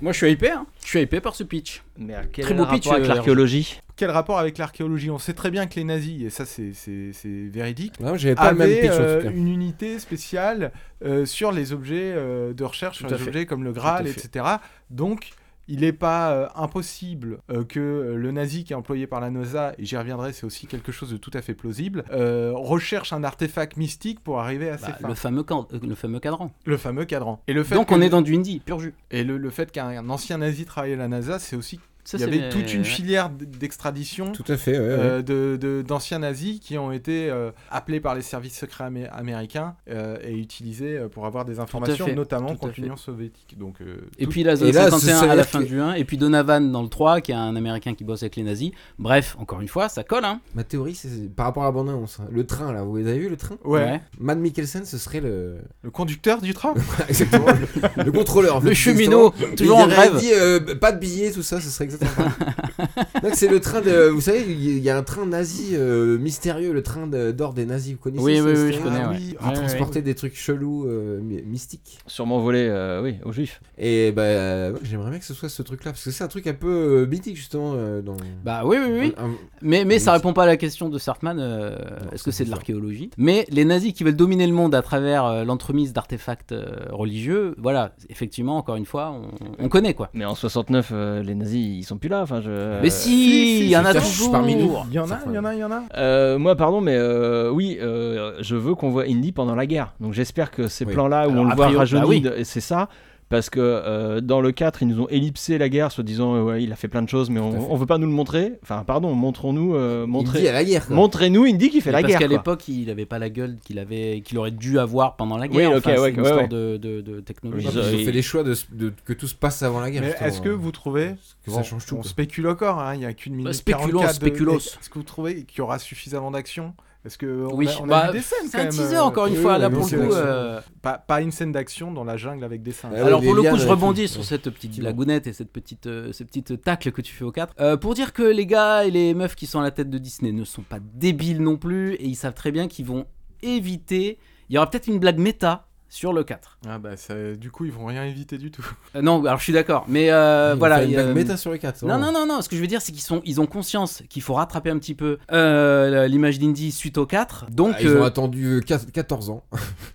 S9: Moi, je suis hypé. hein. Je suis hypé par ce pitch.
S5: Mais à quel
S9: Très
S5: est
S9: beau
S5: le
S9: pitch,
S5: rapport avec
S9: euh,
S5: l'archéologie
S6: Quel rapport avec l'archéologie On sait très bien que les nazis, et ça c'est c'est- c'est véridique,
S3: Ouais, j'avais pas le même
S6: avaient
S3: pitch en
S6: euh,
S3: tout cas.
S6: une unité spéciale euh, sur les objets euh, de recherche, sur
S9: Tout à
S6: les
S9: fait.
S6: objets comme le
S9: Tout
S6: Graal,
S9: à fait.
S6: etc. Donc, il n'est pas euh, impossible euh, que euh, le nazi qui est employé par la NASA, et j'y reviendrai, c'est aussi quelque chose de tout à fait plausible, euh, recherche un artefact mystique pour arriver à ses
S9: Bah,
S6: fins.
S9: le,
S6: Le,
S9: fameux can- euh, le fameux cadran.
S6: fameux cadran. Et le fait
S9: Donc,
S6: que-
S9: on est dans du indie, pur jus.
S6: et le, le fait qu'un ancien nazi travaillait à la NASA, c'est aussi
S9: Ça,
S6: qu'il y
S9: c'est-
S6: avait toute une
S9: ouais.
S6: filière d- d'extradition
S3: Tout à fait, ouais, ouais.
S6: euh, de- de- d'anciens nazis qui ont été euh, appelés par les services secrets amé- américains euh, et utilisés euh, pour avoir des informations,
S9: fait,
S6: notamment
S9: tout à
S6: contre
S9: fait.
S6: l'Union soviétique. Donc, euh,
S9: Et
S6: tout-
S9: puis la zone
S3: Et là, ce
S9: 51 à
S3: salaire
S9: la
S3: qui-
S9: fin du 1, et puis Donovan dans le 3, qui est un américain qui bosse avec les nazis. Bref, encore une fois, ça colle, hein
S3: Ma théorie, c'est par rapport à la bande-annonce. hein. Le train, là, vous avez vu le train
S9: bah,
S6: Ouais.
S3: Matt Mikkelsen, ce serait le. <laughs>
S6: Le conducteur du train
S3: exactement. le- le contrôleur. en
S9: Le
S3: fait,
S9: cheminot,
S3: justement. Et
S9: toujours
S3: il
S9: en
S3: aurait
S9: grève.
S3: dit, euh, pas de billets, tout ça, ce serait exactement ça.
S9: <laughs>
S3: Donc, c'est le train de. Vous savez, il y- il y a un train nazi euh, mystérieux, le train de- d'or des nazis, vous connaissez
S9: Oui,
S3: ce
S9: oui, oui,
S3: train
S9: je connais,
S6: Ah
S9: ouais.
S6: oui,
S3: À transporter
S6: ouais.
S3: des trucs chelous, euh, my- mystiques.
S5: Sûrement volé, euh, oui, aux juifs.
S3: Et bah, euh, ouais, j'aimerais bien que ce soit ce truc-là, parce que c'est un truc un peu euh, mythique, justement. euh, dans...
S9: Bah oui, oui, oui.
S3: Un- un-
S9: Mais, mais ça
S3: Oui.
S9: répond pas à la question de Sartman, euh, est-ce que
S3: c'est
S9: c'est de
S3: ça.
S9: l'archéologie Mais les nazis qui veulent dominer le monde à travers euh, l'entremise d'artefacts euh, religieux, voilà, effectivement, encore une fois, on, on connaît quoi.
S5: Mais en 69, euh, les nazis, ils sont plus là. Enfin, je...
S3: Euh,
S9: Mais si, il y en a
S3: ça, je suis
S9: toujours
S3: parmi nous.
S6: Il y en a,
S3: Ça,
S6: il y en a, il y en a.
S5: Euh, moi, pardon, mais euh, oui, euh, je veux qu'on voit Indy pendant la guerre. Donc j'espère que ces
S3: Oui.
S5: plans-là où
S9: Alors,
S5: on
S9: a
S5: le voit
S9: priori, bah
S5: rajeuni, de- c'est ça. Parce que euh, dans le 4, ils nous ont ellipsé la guerre, se disant euh, ouais, il a fait plein de choses, mais
S3: Tout à fait.
S5: on, on veut pas nous le montrer. Enfin, pardon, montrons-nous,
S3: Il dit
S5: euh,
S3: à
S5: montrez,
S3: la guerre. quoi.
S5: montrez-nous Indy qui fait la
S9: parce
S5: guerre.
S9: qu'à
S5: quoi.
S9: l'époque, il n'avait pas la gueule qu'il avait, qu'il aurait dû avoir pendant la
S5: Oui,
S9: guerre.
S5: ok,
S9: Enfin, c'est
S5: ouais,
S9: une
S5: ouais,
S9: histoire
S5: ouais.
S9: de, de- de technologie.
S3: Ouais,
S5: Ils-
S3: puis Ils ont
S5: ils-
S3: fait les choix de, de- que tout se passe avant la guerre.
S6: Mais
S3: justement.
S6: est-ce que vous trouvez
S3: que
S6: Bon,
S3: ça change tout
S6: On
S3: quoi.
S6: spécule encore, hein, il y a qu'une
S9: Bah,
S6: minute.
S9: spéculons,
S6: 44 de-
S9: spéculos.
S6: Est-ce que vous trouvez qu'il y aura suffisamment d'action Est-ce que on
S9: Oui,
S6: a, on a
S9: bah,
S6: vu des scènes
S9: C'est
S6: quand
S9: un
S6: même,
S9: teaser
S6: euh,
S9: encore une
S3: oui,
S9: fois,
S3: oui,
S9: là
S3: mais
S9: pour
S6: c'est
S9: le coup.
S6: vrai.
S9: euh,
S6: pas, pas une scène d'action dans la jungle avec des singes.
S3: Ah ouais,
S9: Alors
S3: les
S9: pour le coup,
S3: lianes
S9: je
S3: avec
S9: rebondis
S3: les-
S9: sur
S3: ouais.
S9: cette petite
S3: Dis-moi.
S9: blagounette et cette petite, euh, ce petit tacle que tu fais au 4. Euh, pour dire que les gars et les meufs qui sont à la tête de Disney ne sont pas débiles non plus et ils savent très bien qu'ils vont éviter. Il y aura peut-être une blague méta sur le 4.
S6: Ah bah ça- du coup ils vont rien éviter du tout.
S9: Euh, non, alors je suis d'accord, mais euh,
S3: Ils vont
S9: voilà.
S3: faire une
S9: il y a-
S3: blague méta sur les hein. 4.
S9: Non, non, non, non, ce que je veux dire, c'est qu'ils sont, ils ont conscience qu'il faut rattraper un petit peu euh, l'image d'Indy suite au 4. Donc,
S3: Ils
S9: euh,
S3: ont attendu euh, quat- 14 ans.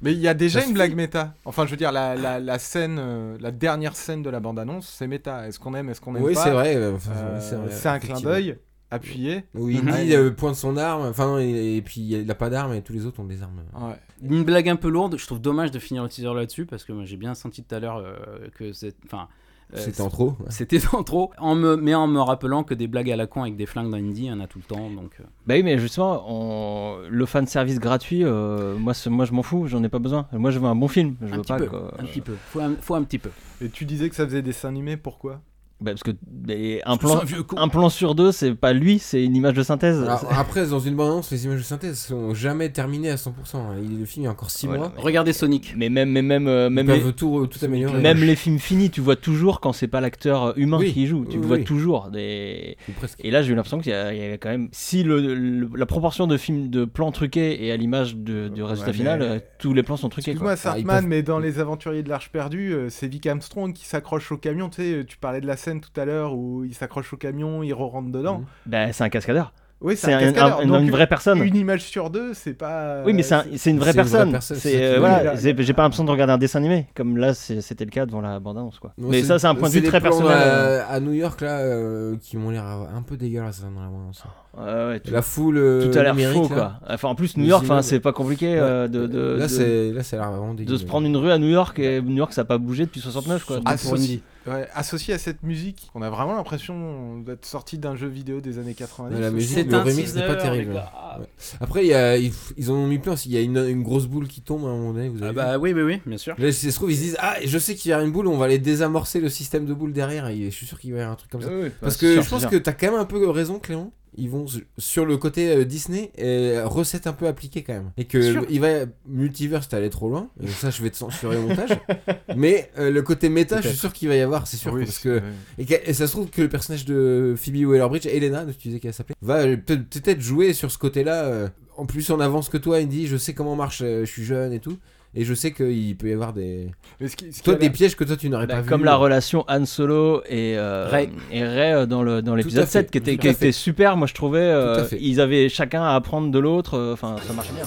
S6: Mais il y a déjà
S9: Ça
S6: une blague méta. Enfin je veux dire la, la, la scène, euh, la dernière scène de la bande annonce, c'est méta. Est-ce qu'on aime, est-ce qu'on aime
S3: Oui,
S6: pas
S3: c'est vrai. euh, enfin,
S6: Euh,
S3: oui, vrai,
S6: c'est un clin
S3: effectivement.
S6: d'œil appuyé.
S3: Où il
S9: Mhm.
S3: dit euh, pointe son arme, enfin, non, et, et puis il n'a pas d'arme et tous les autres ont des
S5: Euh,
S3: armes.
S6: Ouais.
S9: euh, Une blague un peu lourde, je trouve dommage de finir le teaser là-dessus parce que moi j'ai bien senti tout à l'heure euh, que c'est. Enfin. euh,
S3: C'était en trop.
S9: C'était en trop, en me, mais en me rappelant que des blagues à la con avec des flingues dans Indie, il y en a tout le temps. Donc, euh.
S5: Bah oui, mais justement, on... le fan service gratuit, euh, moi, ce- moi je m'en fous, j'en ai pas besoin. Moi je veux un bon film, je
S9: un
S5: veux
S9: petit
S5: pas
S3: euh,
S9: peu,
S5: que-
S9: un petit peu, faut un, faut un petit peu.
S6: Et tu disais que ça faisait dessin animé, pourquoi
S5: Bah, parce que des- un,
S7: C'est
S5: plan,
S7: un vieux con.
S5: un plan sur deux, c'est pas lui, c'est une image de synthèse.
S3: Alors, après, dans une bande-annonce, les images de synthèse sont jamais terminées à 100%. hein. Il- Le film, il y a encore 6
S5: Voilà,
S3: mois.
S5: mais-
S9: Regardez Sonic.
S5: Mais même, mais même, euh,
S3: Ils
S5: même,
S3: peuvent
S5: les,
S3: tout, tout améliorer.
S5: même les films finis, tu vois toujours quand c'est pas l'acteur euh, humain
S3: Oui,
S5: qui joue. Tu
S3: oui,
S5: vois
S3: oui.
S5: toujours des.
S3: Ou presque.
S5: Et là, j'ai eu l'impression qu'il y, a- il y avait quand même. Si le, le- la proportion de films de plans truqués est à l'image de- du résultat
S6: Ouais,
S5: final,
S6: mais-
S5: euh, tous les plans sont truqués. quoi.
S6: Excuse-moi, Sartman,
S3: peuvent- Mm.
S6: mais dans Les Aventuriers de l'Arche Perdue, euh, c'est Vic Armstrong qui s'accroche au camion. Tu sais, euh, tu parlais de la scène tout à l'heure où il s'accroche au camion, il re-rentre dedans.
S3: Mhm.
S5: Bah, c'est un cascadeur.
S6: Oui,
S5: C'est
S6: c'est un
S5: un-
S6: cascadeur.
S5: un- une-
S6: Donc,
S5: une vraie personne.
S6: Une image sur deux, c'est pas.
S5: Oui, mais c'est un- c'est une
S3: c'est une vraie
S5: vraie personne.
S3: personne,
S5: C'est,
S3: c'est
S5: euh,
S3: qui-
S5: voilà,
S6: Oui, là-
S5: c'est- j'ai pas l'impression de regarder un dessin animé, comme là c'est- c'était le cas devant la bande-annonce. Quoi.
S3: Non,
S5: mais ça, c'est un point de vue
S3: des
S5: très
S3: plans,
S5: personnel. euh.
S3: euh, à New York, là, euh, qui m'ont l'air euh, un peu dégueulasses hein, dans la bande-annonce.
S5: Ouais, ouais, tout,
S3: La foule. euh,
S5: tout a l'air
S3: numérique,
S5: faux,
S3: là.
S5: quoi. Enfin, en plus, New
S3: Les
S5: York, enfin,
S3: immeubles.
S5: c'est pas compliqué euh, de, de-
S3: là,
S5: de-
S3: c'est là, ça a l'air vraiment dégueu.
S5: de se prendre une rue à New York et New York ça a pas bougé depuis 69 quoi.
S6: Ah,
S5: Donc,
S6: pour Andy. Ouais, associé à cette musique, on a vraiment l'impression d'être sorti d'un jeu vidéo des années 90.
S3: Ouais, la musique,
S6: C'est
S3: le
S6: un-
S3: remix n'est pas terrible.
S9: Ah,
S3: Ouais. Après, il y a- ils, ils en ont mis plein. Il y a une, une grosse boule qui tombe à un moment donné. Vous avez
S9: Ah
S3: vu
S9: bah oui, oui, oui, bien sûr.
S3: Là, si ça se trouve, ils se disent Ah, je sais qu'il y a une boule, on va aller désamorcer le système de boule derrière. Et je suis sûr qu'il va y avoir un
S5: Ah
S3: truc comme ça.
S5: bah,
S3: Parce que je pense que t'as quand même un peu raison, Clément. Ils vont s- sur le côté euh, Disney, et recette un peu appliquée quand même. Et que
S9: Sûr.
S3: le- il va multiverse, t'es allé trop loin. Et ça, je vais te censurer au montage. <laughs> Mais euh, le côté méta, je suis sûr qu'il va y avoir, c'est sûr.
S6: Oui,
S3: parce
S6: c'est-
S3: que et, que- et ça se trouve que le personnage de Phoebe Waller-Bridge, Elena, tu disais qu'elle s'appelait, va euh, peut- peut-être jouer sur ce côté-là. euh, en plus, en avance que toi, il dit je sais comment marche, euh, je suis jeune et tout. Et je sais qu'il peut y avoir des,
S6: Mais ce qui- ce qui
S3: toi,
S6: a l'air-
S3: des pièges que toi tu n'aurais
S5: Bah,
S3: pas vu. euh,
S5: comme la relation Han Solo et, euh,
S9: Rey.
S5: et Rey, euh, dans, le, dans l'épisode
S3: fait,
S5: 7 qui était,
S3: tout
S5: qui
S3: à fait.
S5: était super, moi je trouvais. euh,
S3: Tout à fait.
S5: ils avaient chacun à apprendre de l'autre, euh, enfin ça marchait bien.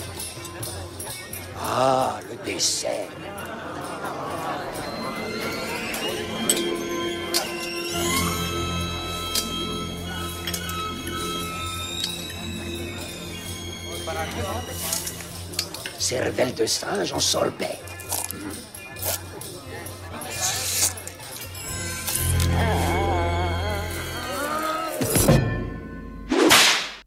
S10: Ah, le décès.
S2: Cervelle de singe en sorbet.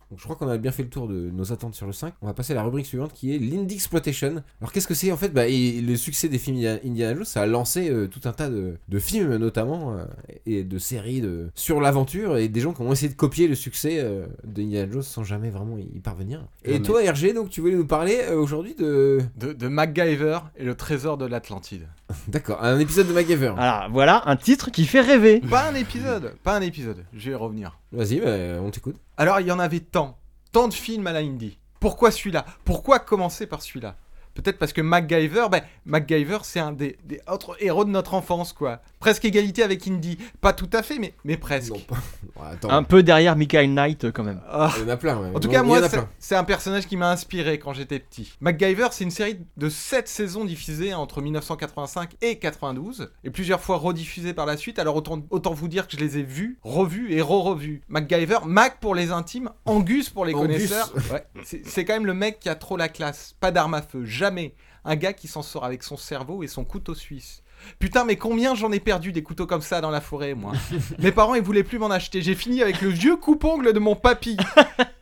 S3: Donc, je crois qu'on a bien fait le tour de nos attentes sur le 5. On va passer à la rubrique suivante qui est l'Indexploitation. Alors qu'est-ce que c'est en fait bah, et- Le succès des films India- Indiana Jones, ça a lancé euh, tout un tas de, de films notamment euh, et de séries de, sur l'aventure et des gens qui ont essayé de copier le succès euh, d'Indiana Jones sans jamais vraiment y y parvenir. Et
S9: Ouais, mais-
S3: toi Hergé, donc tu voulais nous parler euh, aujourd'hui de... <laughs>
S6: De, de MacGyver et le trésor de l'Atlantide.
S3: D'accord, un épisode de MacGyver.
S5: Alors voilà un titre qui fait rêver.
S6: Pas un épisode, pas un épisode, je vais y revenir.
S3: Vas-y, bah, on t'écoute.
S6: Alors, il y en avait tant, tant de films à la indie. Pourquoi celui-là Pourquoi commencer par celui-là Peut-être parce que MacGyver, ben, MacGyver, c'est un des, des autres héros de notre enfance, quoi. Presque égalité avec Indy. Pas tout à fait, mais, mais presque.
S3: Non, pas... <laughs> Ouais, attends,
S5: Un peu derrière Michael Knight euh, quand même.
S6: Ah.
S3: il y en a plein. ouais.
S6: En tout
S3: Non,
S6: cas,
S3: il y
S6: moi,
S3: en a
S6: c'est-
S3: plein.
S6: c'est un personnage qui m'a inspiré quand j'étais petit. MacGyver, c'est une série de 7 saisons diffusées entre 1985 et 92, et plusieurs fois rediffusées par la suite, alors autant, autant vous dire que je les ai vues, revues et re-revues. MacGyver, Mac pour les intimes, Angus pour les
S3: Angus. <laughs>
S6: connaisseurs. Ouais, c'est c'est quand même le mec qui a trop la classe. Pas d'arme à feu, jamais. Un gars qui s'en sort avec son cerveau et son couteau suisse. Putain, mais combien j'en ai perdu des couteaux comme ça dans la forêt,
S3: <laughs>
S6: moi. Mes parents, ils voulaient plus m'en acheter. J'ai fini avec le vieux coupe-ongle de mon papy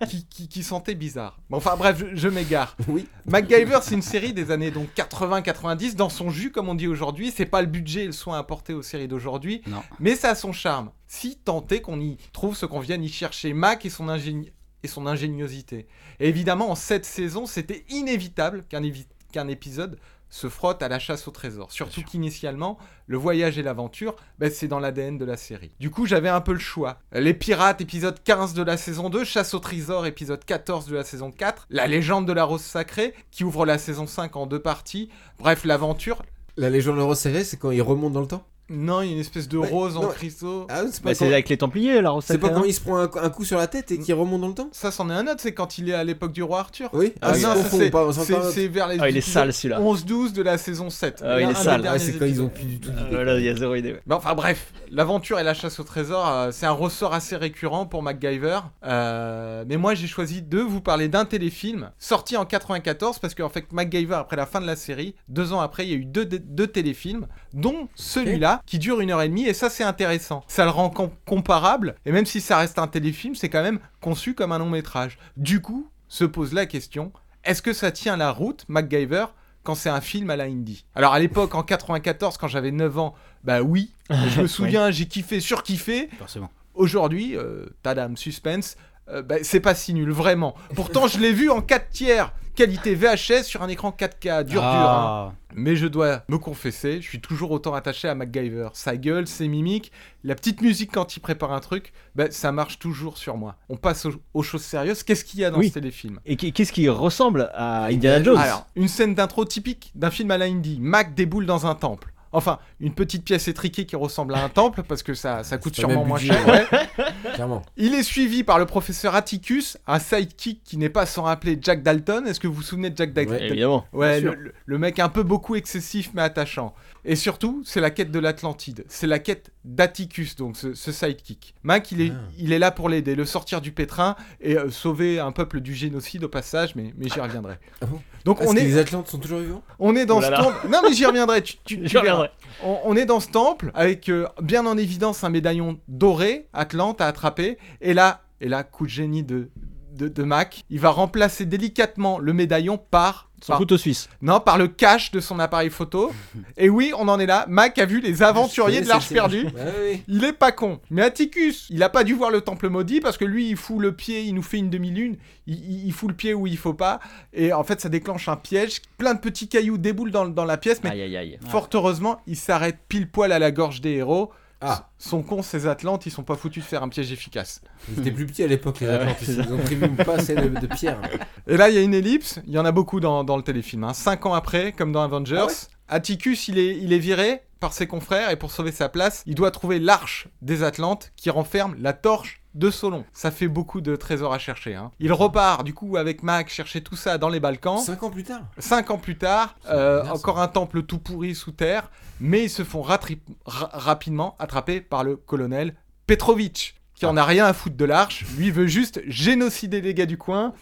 S6: qui, qui- qui sentait bizarre. Bon, enfin bref, je, je m'égare.
S3: Oui.
S6: MacGyver, c'est une série des années donc 80-90, dans son jus comme on dit aujourd'hui. C'est pas le budget et le soin apporté aux séries d'aujourd'hui,
S9: Non.
S6: mais ça a son charme. Si tant est qu'on y trouve ce qu'on vient y chercher, Mac et son ingénie- et son ingéniosité. Et évidemment, en cette saison, c'était inévitable qu'un évi- qu'un épisode se frotte à la chasse au trésor. Surtout qu'initialement, le voyage et l'aventure, ben, c'est dans l'ADN de la série. Du coup, j'avais un peu le choix. Les Pirates, épisode 15 de la saison 2, Chasse au trésor, épisode 14 de la saison 4, La légende de la rose sacrée, qui ouvre la saison 5 en deux parties, bref, l'aventure.
S3: La légende resserrée, c'est quand il remonte dans le temps.
S6: Non, il y a une espèce de
S3: Ouais,
S6: rose en
S3: non.
S6: cristaux.
S3: Ah, c'est pas
S5: Bah, c'est
S3: quand-
S5: avec les Templiers la recette. hein.
S3: C'est pas quand il se prend un, un coup sur la tête et qu'il remonte dans le temps
S6: Ça, c'en est un autre, c'est quand il est à l'époque du roi Arthur.
S3: Oui.
S6: Ah,
S3: c'est
S6: non,
S3: au
S6: ça,
S3: fond,
S6: c'est-
S3: pas- c'est pas-
S6: c'est c'est vers les
S5: Ah, il est
S6: épisodes
S5: sale celui-là.
S6: 11-12 de la saison 7.
S5: Ah, il est
S6: Un des
S5: sale.
S6: derniers
S3: Ouais, c'est quand
S6: épisodes.
S3: ils ont plus du tout.
S5: Euh, Voilà, il y a zéro idée. ouais.
S6: Mais enfin bref, l'aventure et la chasse au trésor, euh, c'est un ressort assez récurrent pour MacGyver. Euh, mais moi, j'ai choisi de vous parler d'un téléfilm sorti en 94 parce qu'en fait, MacGyver, après la fin de la série, deux ans après, il y a eu deux, deux téléfilms, dont celui-là qui dure une heure et demie. Et ça, c'est intéressant. Ça le rend com- comparable. Et même si ça reste un téléfilm, c'est quand même conçu comme un long métrage. Du coup, se pose la question est-ce que ça tient la route, MacGyver quand c'est un film à la indie. Alors à l'époque, en 94, quand j'avais 9 ans, Bah oui, je me souviens, j'ai kiffé, surkiffé.
S9: Forcément.
S6: Aujourd'hui, euh, tadam, suspense, euh, bah, c'est pas si nul, vraiment. Pourtant, je l'ai vu en 4 tiers, qualité VHS sur un écran 4K, dur, dur. hein.
S9: Ah.
S6: Mais je dois me confesser, je suis toujours autant attaché à MacGyver. Sa gueule, ses mimiques, la petite musique quand il prépare un truc, ben, ça marche toujours sur moi. On passe au- aux choses sérieuses. Qu'est-ce qu'il y a dans
S5: Oui.
S6: ce téléfilm
S5: Et qui- qu'est-ce qui ressemble à
S3: Euh,
S5: Indiana Jones
S6: Alors, une scène d'intro typique d'un film à la indie. Mac déboule dans un temple. Enfin, une petite pièce étriquée qui ressemble à un temple parce que ça, ça coûte
S3: C'est pas le
S6: sûrement
S3: même
S6: moins
S3: budget,
S6: cher. ouais.
S3: Clairement.
S6: <laughs> Il est suivi par le professeur Atticus, un sidekick qui n'est pas sans rappeler Jack Dalton. Est-ce que vous vous souvenez de Jack Dalton
S5: Évidemment.
S6: Ouais,
S9: Bien
S6: le, le- le mec un peu beaucoup excessif mais attachant. Et surtout, c'est la quête de l'Atlantide. C'est la quête d'Atticus, donc ce, ce sidekick. Mac, il est,
S3: Ah.
S6: il est là pour l'aider, le sortir du pétrin et euh, sauver un peuple du génocide au passage, mais, mais j'y reviendrai.
S3: Ah bon
S6: donc
S3: Est-ce
S6: on
S3: que
S6: est,
S3: les Atlantes sont toujours vivants
S6: on est dans
S5: Oh là
S6: ce
S5: là.
S6: temple. Non, mais j'y reviendrai. Tu,
S5: <laughs>
S6: tu- tu
S5: Je
S6: verras.
S5: reviendrai.
S6: On, on est dans ce temple avec euh, bien en évidence un médaillon doré, Atlante à attraper. Et là, et là coup de génie de, de, de Mac, il va remplacer délicatement le médaillon par.
S5: Son
S6: par-
S5: couteau suisse.
S6: non, par le cache de son appareil photo. Et oui, on en est là. Mac a vu les aventuriers de l'Arche perdue.
S3: Ouais, ouais, ouais.
S6: Il est pas con. Mais Atticus, il a pas dû voir le temple maudit parce que lui, il fout le pied, il nous fait une demi-lune, il, il- il fout le pied où il faut pas. Et en fait, ça déclenche un piège. Plein de petits cailloux déboulent dans, dans la pièce, mais
S5: Aïe aïe aïe.
S6: fort heureusement, il s'arrête pile poil à la gorge des héros.
S3: Ah.
S6: S- Sont cons ces Atlantes, ils sont pas foutus de faire un piège efficace.
S3: Ils étaient plus petits à l'époque, les
S5: Ah ouais,
S3: Atlantes.
S5: c'est ça.
S3: Ils ont prévu une passe de, de pierre.
S6: <laughs> Et là, il y a une ellipse, il y en a beaucoup dans, dans le téléfilm. hein. Cinq ans après, comme dans Avengers, Atticus, il est, il est viré par ses confrères et pour sauver sa place, il doit trouver l'arche des Atlantes qui renferme la torche de Solon. Ça fait beaucoup de trésors à chercher. hein. Il repart du coup avec Mac chercher tout ça dans les Balkans.
S3: Cinq ans plus tard
S6: Cinq ans plus tard, euh,
S3: bizarre, ça.
S6: encore un temple tout pourri sous terre, mais ils se font ratri- ra- rapidement attraper par le colonel Petrovitch, qui en a rien à foutre de l'arche. Lui veut juste génocider les gars du coin.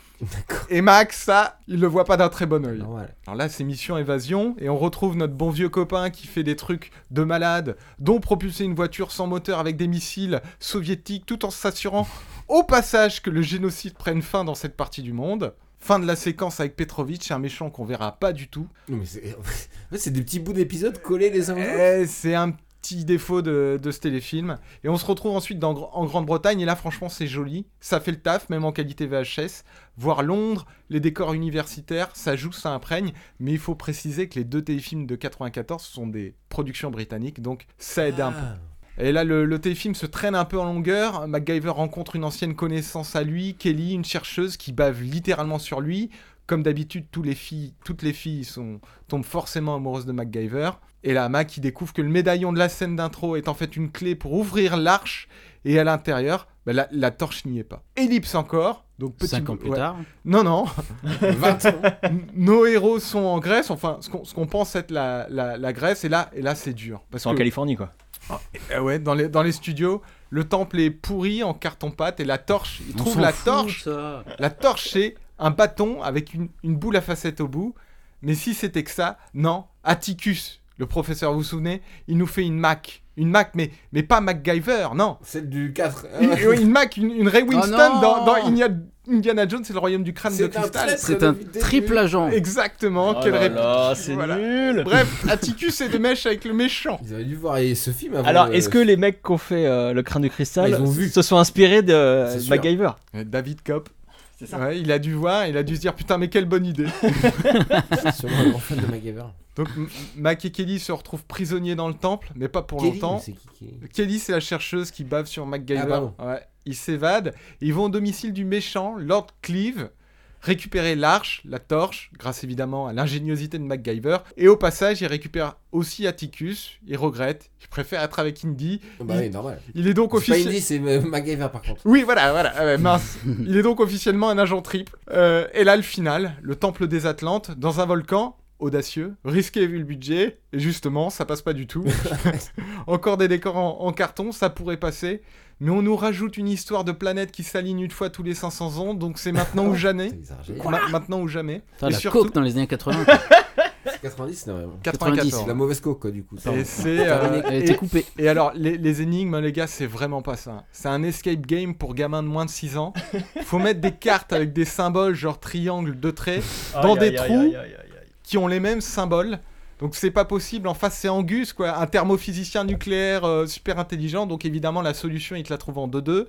S6: Et Max, ça, il le voit pas d'un très bon oeil.
S3: Normal.
S6: Alors là, c'est mission évasion, et on retrouve notre bon vieux copain qui fait des trucs de malade, dont propulser une voiture sans moteur avec des missiles soviétiques, tout en s'assurant au passage que le génocide prenne fin dans cette partie du monde. Fin de la séquence avec Petrovitch, un méchant qu'on verra pas du tout.
S3: Non, mais c'est... en fait, c'est des petits bouts d'épisodes collés les uns aux autres.
S6: Eh, c'est un petit défaut de, de ce téléfilm. Et on se retrouve ensuite dans Gr- en Grande-Bretagne, et là, franchement, c'est joli. Ça fait le taf, même en qualité VHS. Voir Londres, les décors universitaires, ça joue, ça imprègne. Mais il faut préciser que les deux téléfilms de 94 sont des productions britanniques, donc ça aide un peu.
S3: Ah.
S6: Et là, le, le téléfilm se traîne un peu en longueur. MacGyver rencontre une ancienne connaissance à lui, Kelly, une chercheuse qui bave littéralement sur lui. Comme d'habitude, tous les filles- toutes les filles sont, tombent forcément amoureuses de MacGyver. Et là, Mac, il découvre que le médaillon de la scène d'intro est en fait une clé pour ouvrir l'arche. Et à l'intérieur, bah, la, la torche n'y est pas. Ellipse encore. Donc petit
S9: 5 ans plus
S6: ouais.
S9: tard.
S6: Non, non. <laughs>
S3: 20 ans.
S6: N- Nos héros sont en Grèce, enfin, ce qu'on ce qu'on pense être la, la- la Grèce. Et là, et là c'est dur. Parce
S5: C'est en
S6: que-
S5: Californie quoi.
S6: eh ouais, dans les, dans les studios, le temple est pourri en carton-pâte et la torche, il
S9: On
S6: trouve
S9: s'en
S6: la
S9: fout,
S6: torche.
S9: ça.
S6: La torche, c'est un bâton avec une, une boule à facettes au bout. Mais si c'était que ça, non. Atticus, le professeur, vous vous souvenez, il nous fait une Mac. Une Mac, mais, mais pas MacGyver, non.
S3: Celle du 4.
S6: Une, une Mac, une, une Ray Winston
S9: non.
S6: dans, dans Inia- Indiana Jones et le royaume du crâne de
S3: C'est un
S6: cristal.
S3: traître
S9: C'est un
S3: depuis le début.
S9: triple agent.
S6: Exactement,
S5: Oh
S6: quelle
S5: là
S6: réplique.
S5: là, c'est
S6: Voilà.
S5: nul.
S6: Bref, Atticus est de mèche avec le méchant.
S3: Ils avaient dû voir et ce film avant.
S5: Ah, Alors,
S3: euh, Ah,
S5: est-ce que les mecs qui ont fait euh, le crâne de cristal
S3: Ils ont vu.
S5: se sont inspirés de
S3: C'est
S5: euh,
S3: sûr.
S5: MacGyver
S6: <laughs> David Cop. Ouais, il a dû voir, il a dû se dire putain mais quelle bonne idée.
S3: c'est sûrement un grand fan de MacGyver.
S6: Donc M- Mac et Kelly se retrouvent prisonniers dans le temple, mais pas pour
S3: Kelly,
S6: longtemps.
S3: mais c'est qui, qui
S6: Kelly, c'est la chercheuse qui bave sur
S3: Ah,
S6: MacGyver.
S3: pardon.
S6: Ouais, ils s'évadent. Ils vont au domicile du méchant, Lord Cleave, récupérer l'arche, la torche, grâce évidemment à l'ingéniosité de MacGyver. Et au passage, ils récupèrent aussi Atticus. Ils regrettent. Ils préfèrent être avec Indy.
S3: Bah oui, normal.
S6: Il est donc
S3: C'est pas
S6: officiellement...
S3: Indy, c'est euh, MacGyver par contre.
S6: Oui, voilà, voilà, ah ouais, mince. Il est donc officiellement un agent triple. Euh, et là, le final, le temple des Atlantes, dans un volcan, audacieux, risqué vu le budget, et justement, ça passe pas du tout. Encore des décors en, en carton, ça pourrait passer, mais on nous rajoute une histoire de planète qui s'aligne une fois tous les 500 ans, donc c'est maintenant ou jamais.
S3: C'est exagéré.
S6: Ma- maintenant ou jamais.
S9: Putain,
S6: et
S9: la
S6: surtout,
S9: coke dans les années 80. quoi.
S3: 90, non, vraiment.
S6: 94.
S3: C'est la mauvaise coke, quoi, du coup.
S6: Et
S3: Pardon.
S6: c'est... euh,
S9: Elle
S6: et-
S9: était coupée.
S6: Et alors, les, les énigmes, les gars, c'est vraiment pas ça. C'est un escape game pour gamins de moins de 6 ans. Faut mettre des cartes avec des symboles, genre triangle, deux traits, dans des trous qui ont les mêmes symboles. Donc c'est pas possible. En face, c'est Angus, quoi, un thermophysicien nucléaire euh, super intelligent. Donc évidemment, la solution, il te la trouve en
S9: <laughs>
S6: 2-2.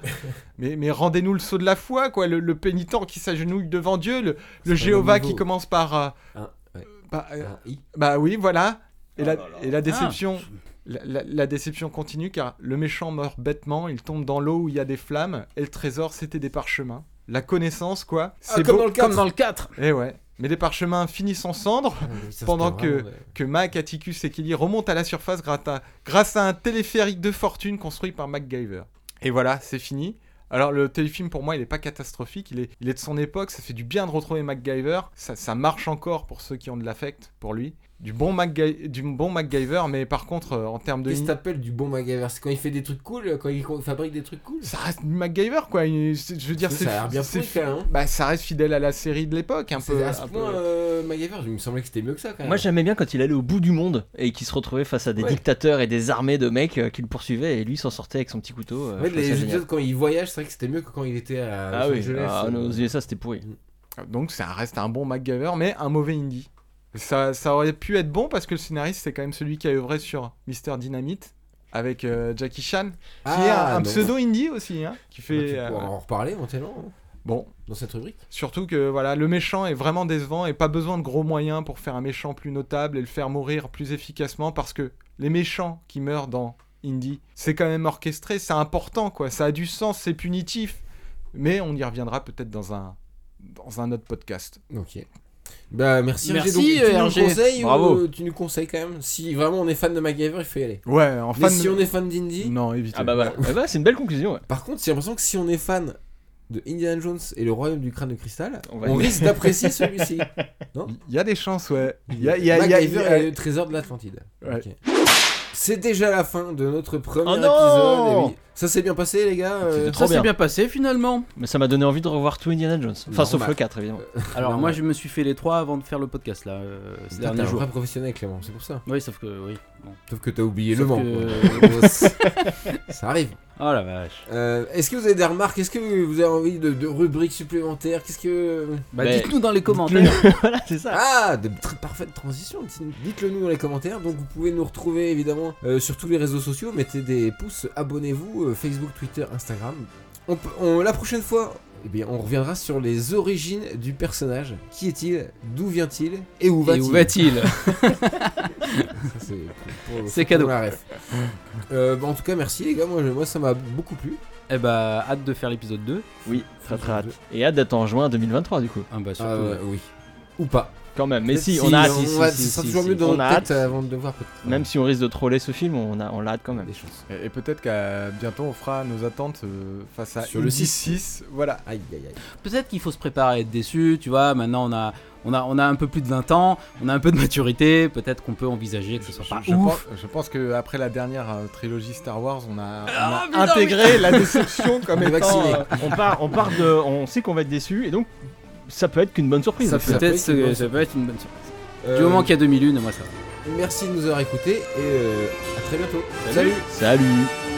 S6: mais mais rendez-nous le saut de la foi, quoi. Le, le pénitent qui s'agenouille devant Dieu, le, le
S3: pas
S6: Jéhovah
S3: le niveau.
S6: qui commence par. euh,
S3: Un-
S9: Ah,
S3: ouais.
S6: bah, euh,
S3: Un Ah, i.
S6: bah oui, voilà. Et,
S5: Oh
S6: la,
S5: là là.
S6: et la déception. La, la- la déception continue car le méchant meurt bêtement, il tombe dans l'eau où il y a des flammes, et le trésor c'était des parchemins. La connaissance quoi, c'est
S3: comme
S6: beau-
S3: dans le quatre.
S6: comme dans le 4 Eh ouais, mais les parchemins finissent en cendres,
S3: Ah, mais ça, c'était
S6: pendant que-
S3: vraiment, ouais.
S6: que Mac, Atticus et Kelly remontent à la surface grâce à, grâce à un téléphérique de fortune construit par MacGyver. Et voilà, c'est fini. Alors le téléfilm pour moi il n'est pas catastrophique, il est, il est de son époque, ça fait du bien de retrouver MacGyver, ça, ça marche encore pour ceux qui ont de l'affect pour lui. Du bon, MacGy- du bon MacGyver, mais par contre euh, en termes de...
S3: Qu'est-ce que t'appelles du bon MacGyver C'est quand il fait des trucs cool, quand il fabrique des trucs cool
S6: Ça reste du MacGyver quoi, il- c'est- je veux dire c'est...
S3: Ça a l'air bien
S6: c'est-
S3: pourri, quand même, hein.
S6: Bah ça reste fidèle à la série de l'époque un
S3: C'est
S6: peu.
S3: à ce
S6: un
S3: point,
S6: peu.
S3: euh, MacGyver, il me semblait que c'était mieux que ça quand même.
S5: Moi j'aimais bien quand il allait au bout du monde et qu'il se retrouvait face à des
S3: Ouais.
S5: dictateurs et des armées de mecs euh, qui le poursuivaient et lui s'en sortait avec son petit couteau. euh,
S3: En fait,
S5: je
S3: les
S5: trouvais ça génial.
S3: épisodes, quand il voyage, c'est vrai que c'était mieux que quand il était à
S5: Ah
S3: Los
S5: oui,
S3: Angeles.
S5: ah,
S3: Euh,
S5: non, aux USA c'était pourri.
S6: Donc ça reste un bon MacGyver, mais un mauvais indie. Ça, ça aurait pu être bon parce que le scénariste, c'est quand même celui qui a œuvré sur Mister Dynamite avec euh, Jackie Chan, qui est un, un
S3: Ah, donc,
S6: pseudo indie aussi, hein, qui
S3: bah, tu
S6: fait. euh,
S3: pourras en reparler éventuellement hein,
S6: bon,
S3: dans cette rubrique.
S6: surtout que voilà, le méchant est vraiment décevant et pas besoin de gros moyens pour faire un méchant plus notable et le faire mourir plus efficacement parce que les méchants qui meurent dans Indie, c'est quand même orchestré, c'est important quoi, ça a du sens, c'est punitif, mais on y reviendra peut-être dans un dans un autre podcast.
S3: Ok. Bah merci, RG.
S4: Merci,
S3: Donc, tu
S4: euh,
S3: nous
S4: RG.
S3: conseilles
S5: Bravo.
S3: ou, euh, tu nous conseilles quand même si vraiment on est fan de MacGyver il faut y aller
S6: Ouais, en
S3: mais
S6: fan
S3: si on est fan d'Indy
S6: Non, évitez.
S5: Ah bah voilà. Eh bah, c'est une belle conclusion. ouais.
S3: par contre j'ai l'impression que si on est fan de Indiana Jones et le royaume du crâne de cristal
S5: On
S3: on,
S5: va aimer.
S3: risque
S5: <laughs>
S3: d'apprécier celui-ci
S6: Il y a des chances, ouais. Il y a, il y a- il y a- il y
S3: MacGyver
S6: a-
S3: et le trésor de l'Atlantide
S6: Ouais.
S3: Ok. c'est déjà la fin de notre premier
S5: Oh non
S3: épisode et oui, ça s'est bien passé les gars euh,
S5: Trop
S4: Ça s'est
S5: bien.
S4: bien passé finalement.
S5: Mais ça m'a donné envie de revoir tout Indiana Jones. Enfin,
S3: Non,
S5: sauf
S3: bah.
S5: le 4, évidemment.
S4: Alors
S3: Non,
S4: moi
S3: mais-
S4: je me suis fait les trois avant de faire le podcast là, euh, ces
S3: Putain, t'es un
S4: derniers jours.
S3: vrai professionnel Clément c'est pour ça
S4: Oui sauf que oui. bon.
S3: sauf que t'as oublié le
S4: Sauf
S3: vent quoi. <laughs> ça arrive
S4: Oh la vache.
S3: Euh, Est-ce que vous avez des remarques Est-ce que vous avez envie de, de rubriques supplémentaires Qu'est-ce que.
S4: Bah,
S5: Mais-
S4: dites-nous dans les commentaires. <laughs>
S5: voilà, <laughs> c'est ça.
S3: Ah, de tr- parfaite transition. Dites-le nous dans les commentaires. Donc vous pouvez nous retrouver évidemment euh, sur tous les réseaux sociaux. Mettez des pouces, abonnez-vous, euh, Facebook, Twitter, Instagram. On peut- on- la prochaine fois, eh bien, on reviendra sur les origines du personnage. Qui est-il D'où vient-il Et où
S4: Et
S3: va-t-il
S4: où va-t-il <laughs>
S3: Ça, c'est pour- pour-
S4: C'est
S3: pour
S4: cadeau.
S3: la ref. Euh, bah, en tout cas, merci les gars. Moi, je- moi ça m'a beaucoup plu.
S4: Eh bah hâte de faire l'épisode 2.
S5: Oui, très très hâte. Et hâte d'être en juin 2023, du coup.
S4: Ah bah surtout.
S3: Ah, ouais, oui. Ou pas.
S5: Quand même. Mais si,
S4: Si,
S5: on a hâte.
S4: si,
S3: va- ce
S4: si,
S3: sera
S4: si,
S3: toujours
S4: si.
S3: mieux dans
S5: On a
S3: notre
S5: hâte.
S3: tête euh, avant de le voir. peut-être.
S5: Même si on risque de troller ce film, on a, on l'a hâte quand même.
S3: des chances.
S6: Et, et peut-être qu'à bientôt, on fera nos attentes euh, face à
S3: Sur le
S6: 6 Voilà.
S3: Aïe aïe aïe.
S4: Peut-être qu'il faut se préparer à être déçu, tu vois. Maintenant on a, on a, on a un peu plus de 20 ans, on a un peu de maturité. Peut-être qu'on peut envisager que ce soit pas
S6: je,
S4: ouf.
S6: Pense, je pense que après la dernière euh, trilogie Star Wars, on a, on a
S4: Ah, putain,
S6: intégré la déception
S3: <laughs>
S6: comme
S3: On est
S6: étant.
S3: vacciné.
S5: <laughs>
S6: euh,
S5: on part, on part de, on sait qu'on va être déçu et donc ça peut être qu'une bonne surprise.
S3: Ça
S5: au final.
S3: peut
S4: Peut-être
S3: être une bonne
S4: que ça peut être une bonne surprise.
S3: Euh,
S4: Du moment qu'il y a 2001, moi ça va.
S3: Merci de nous avoir écoutés et euh, à très bientôt. Salut
S5: Salut.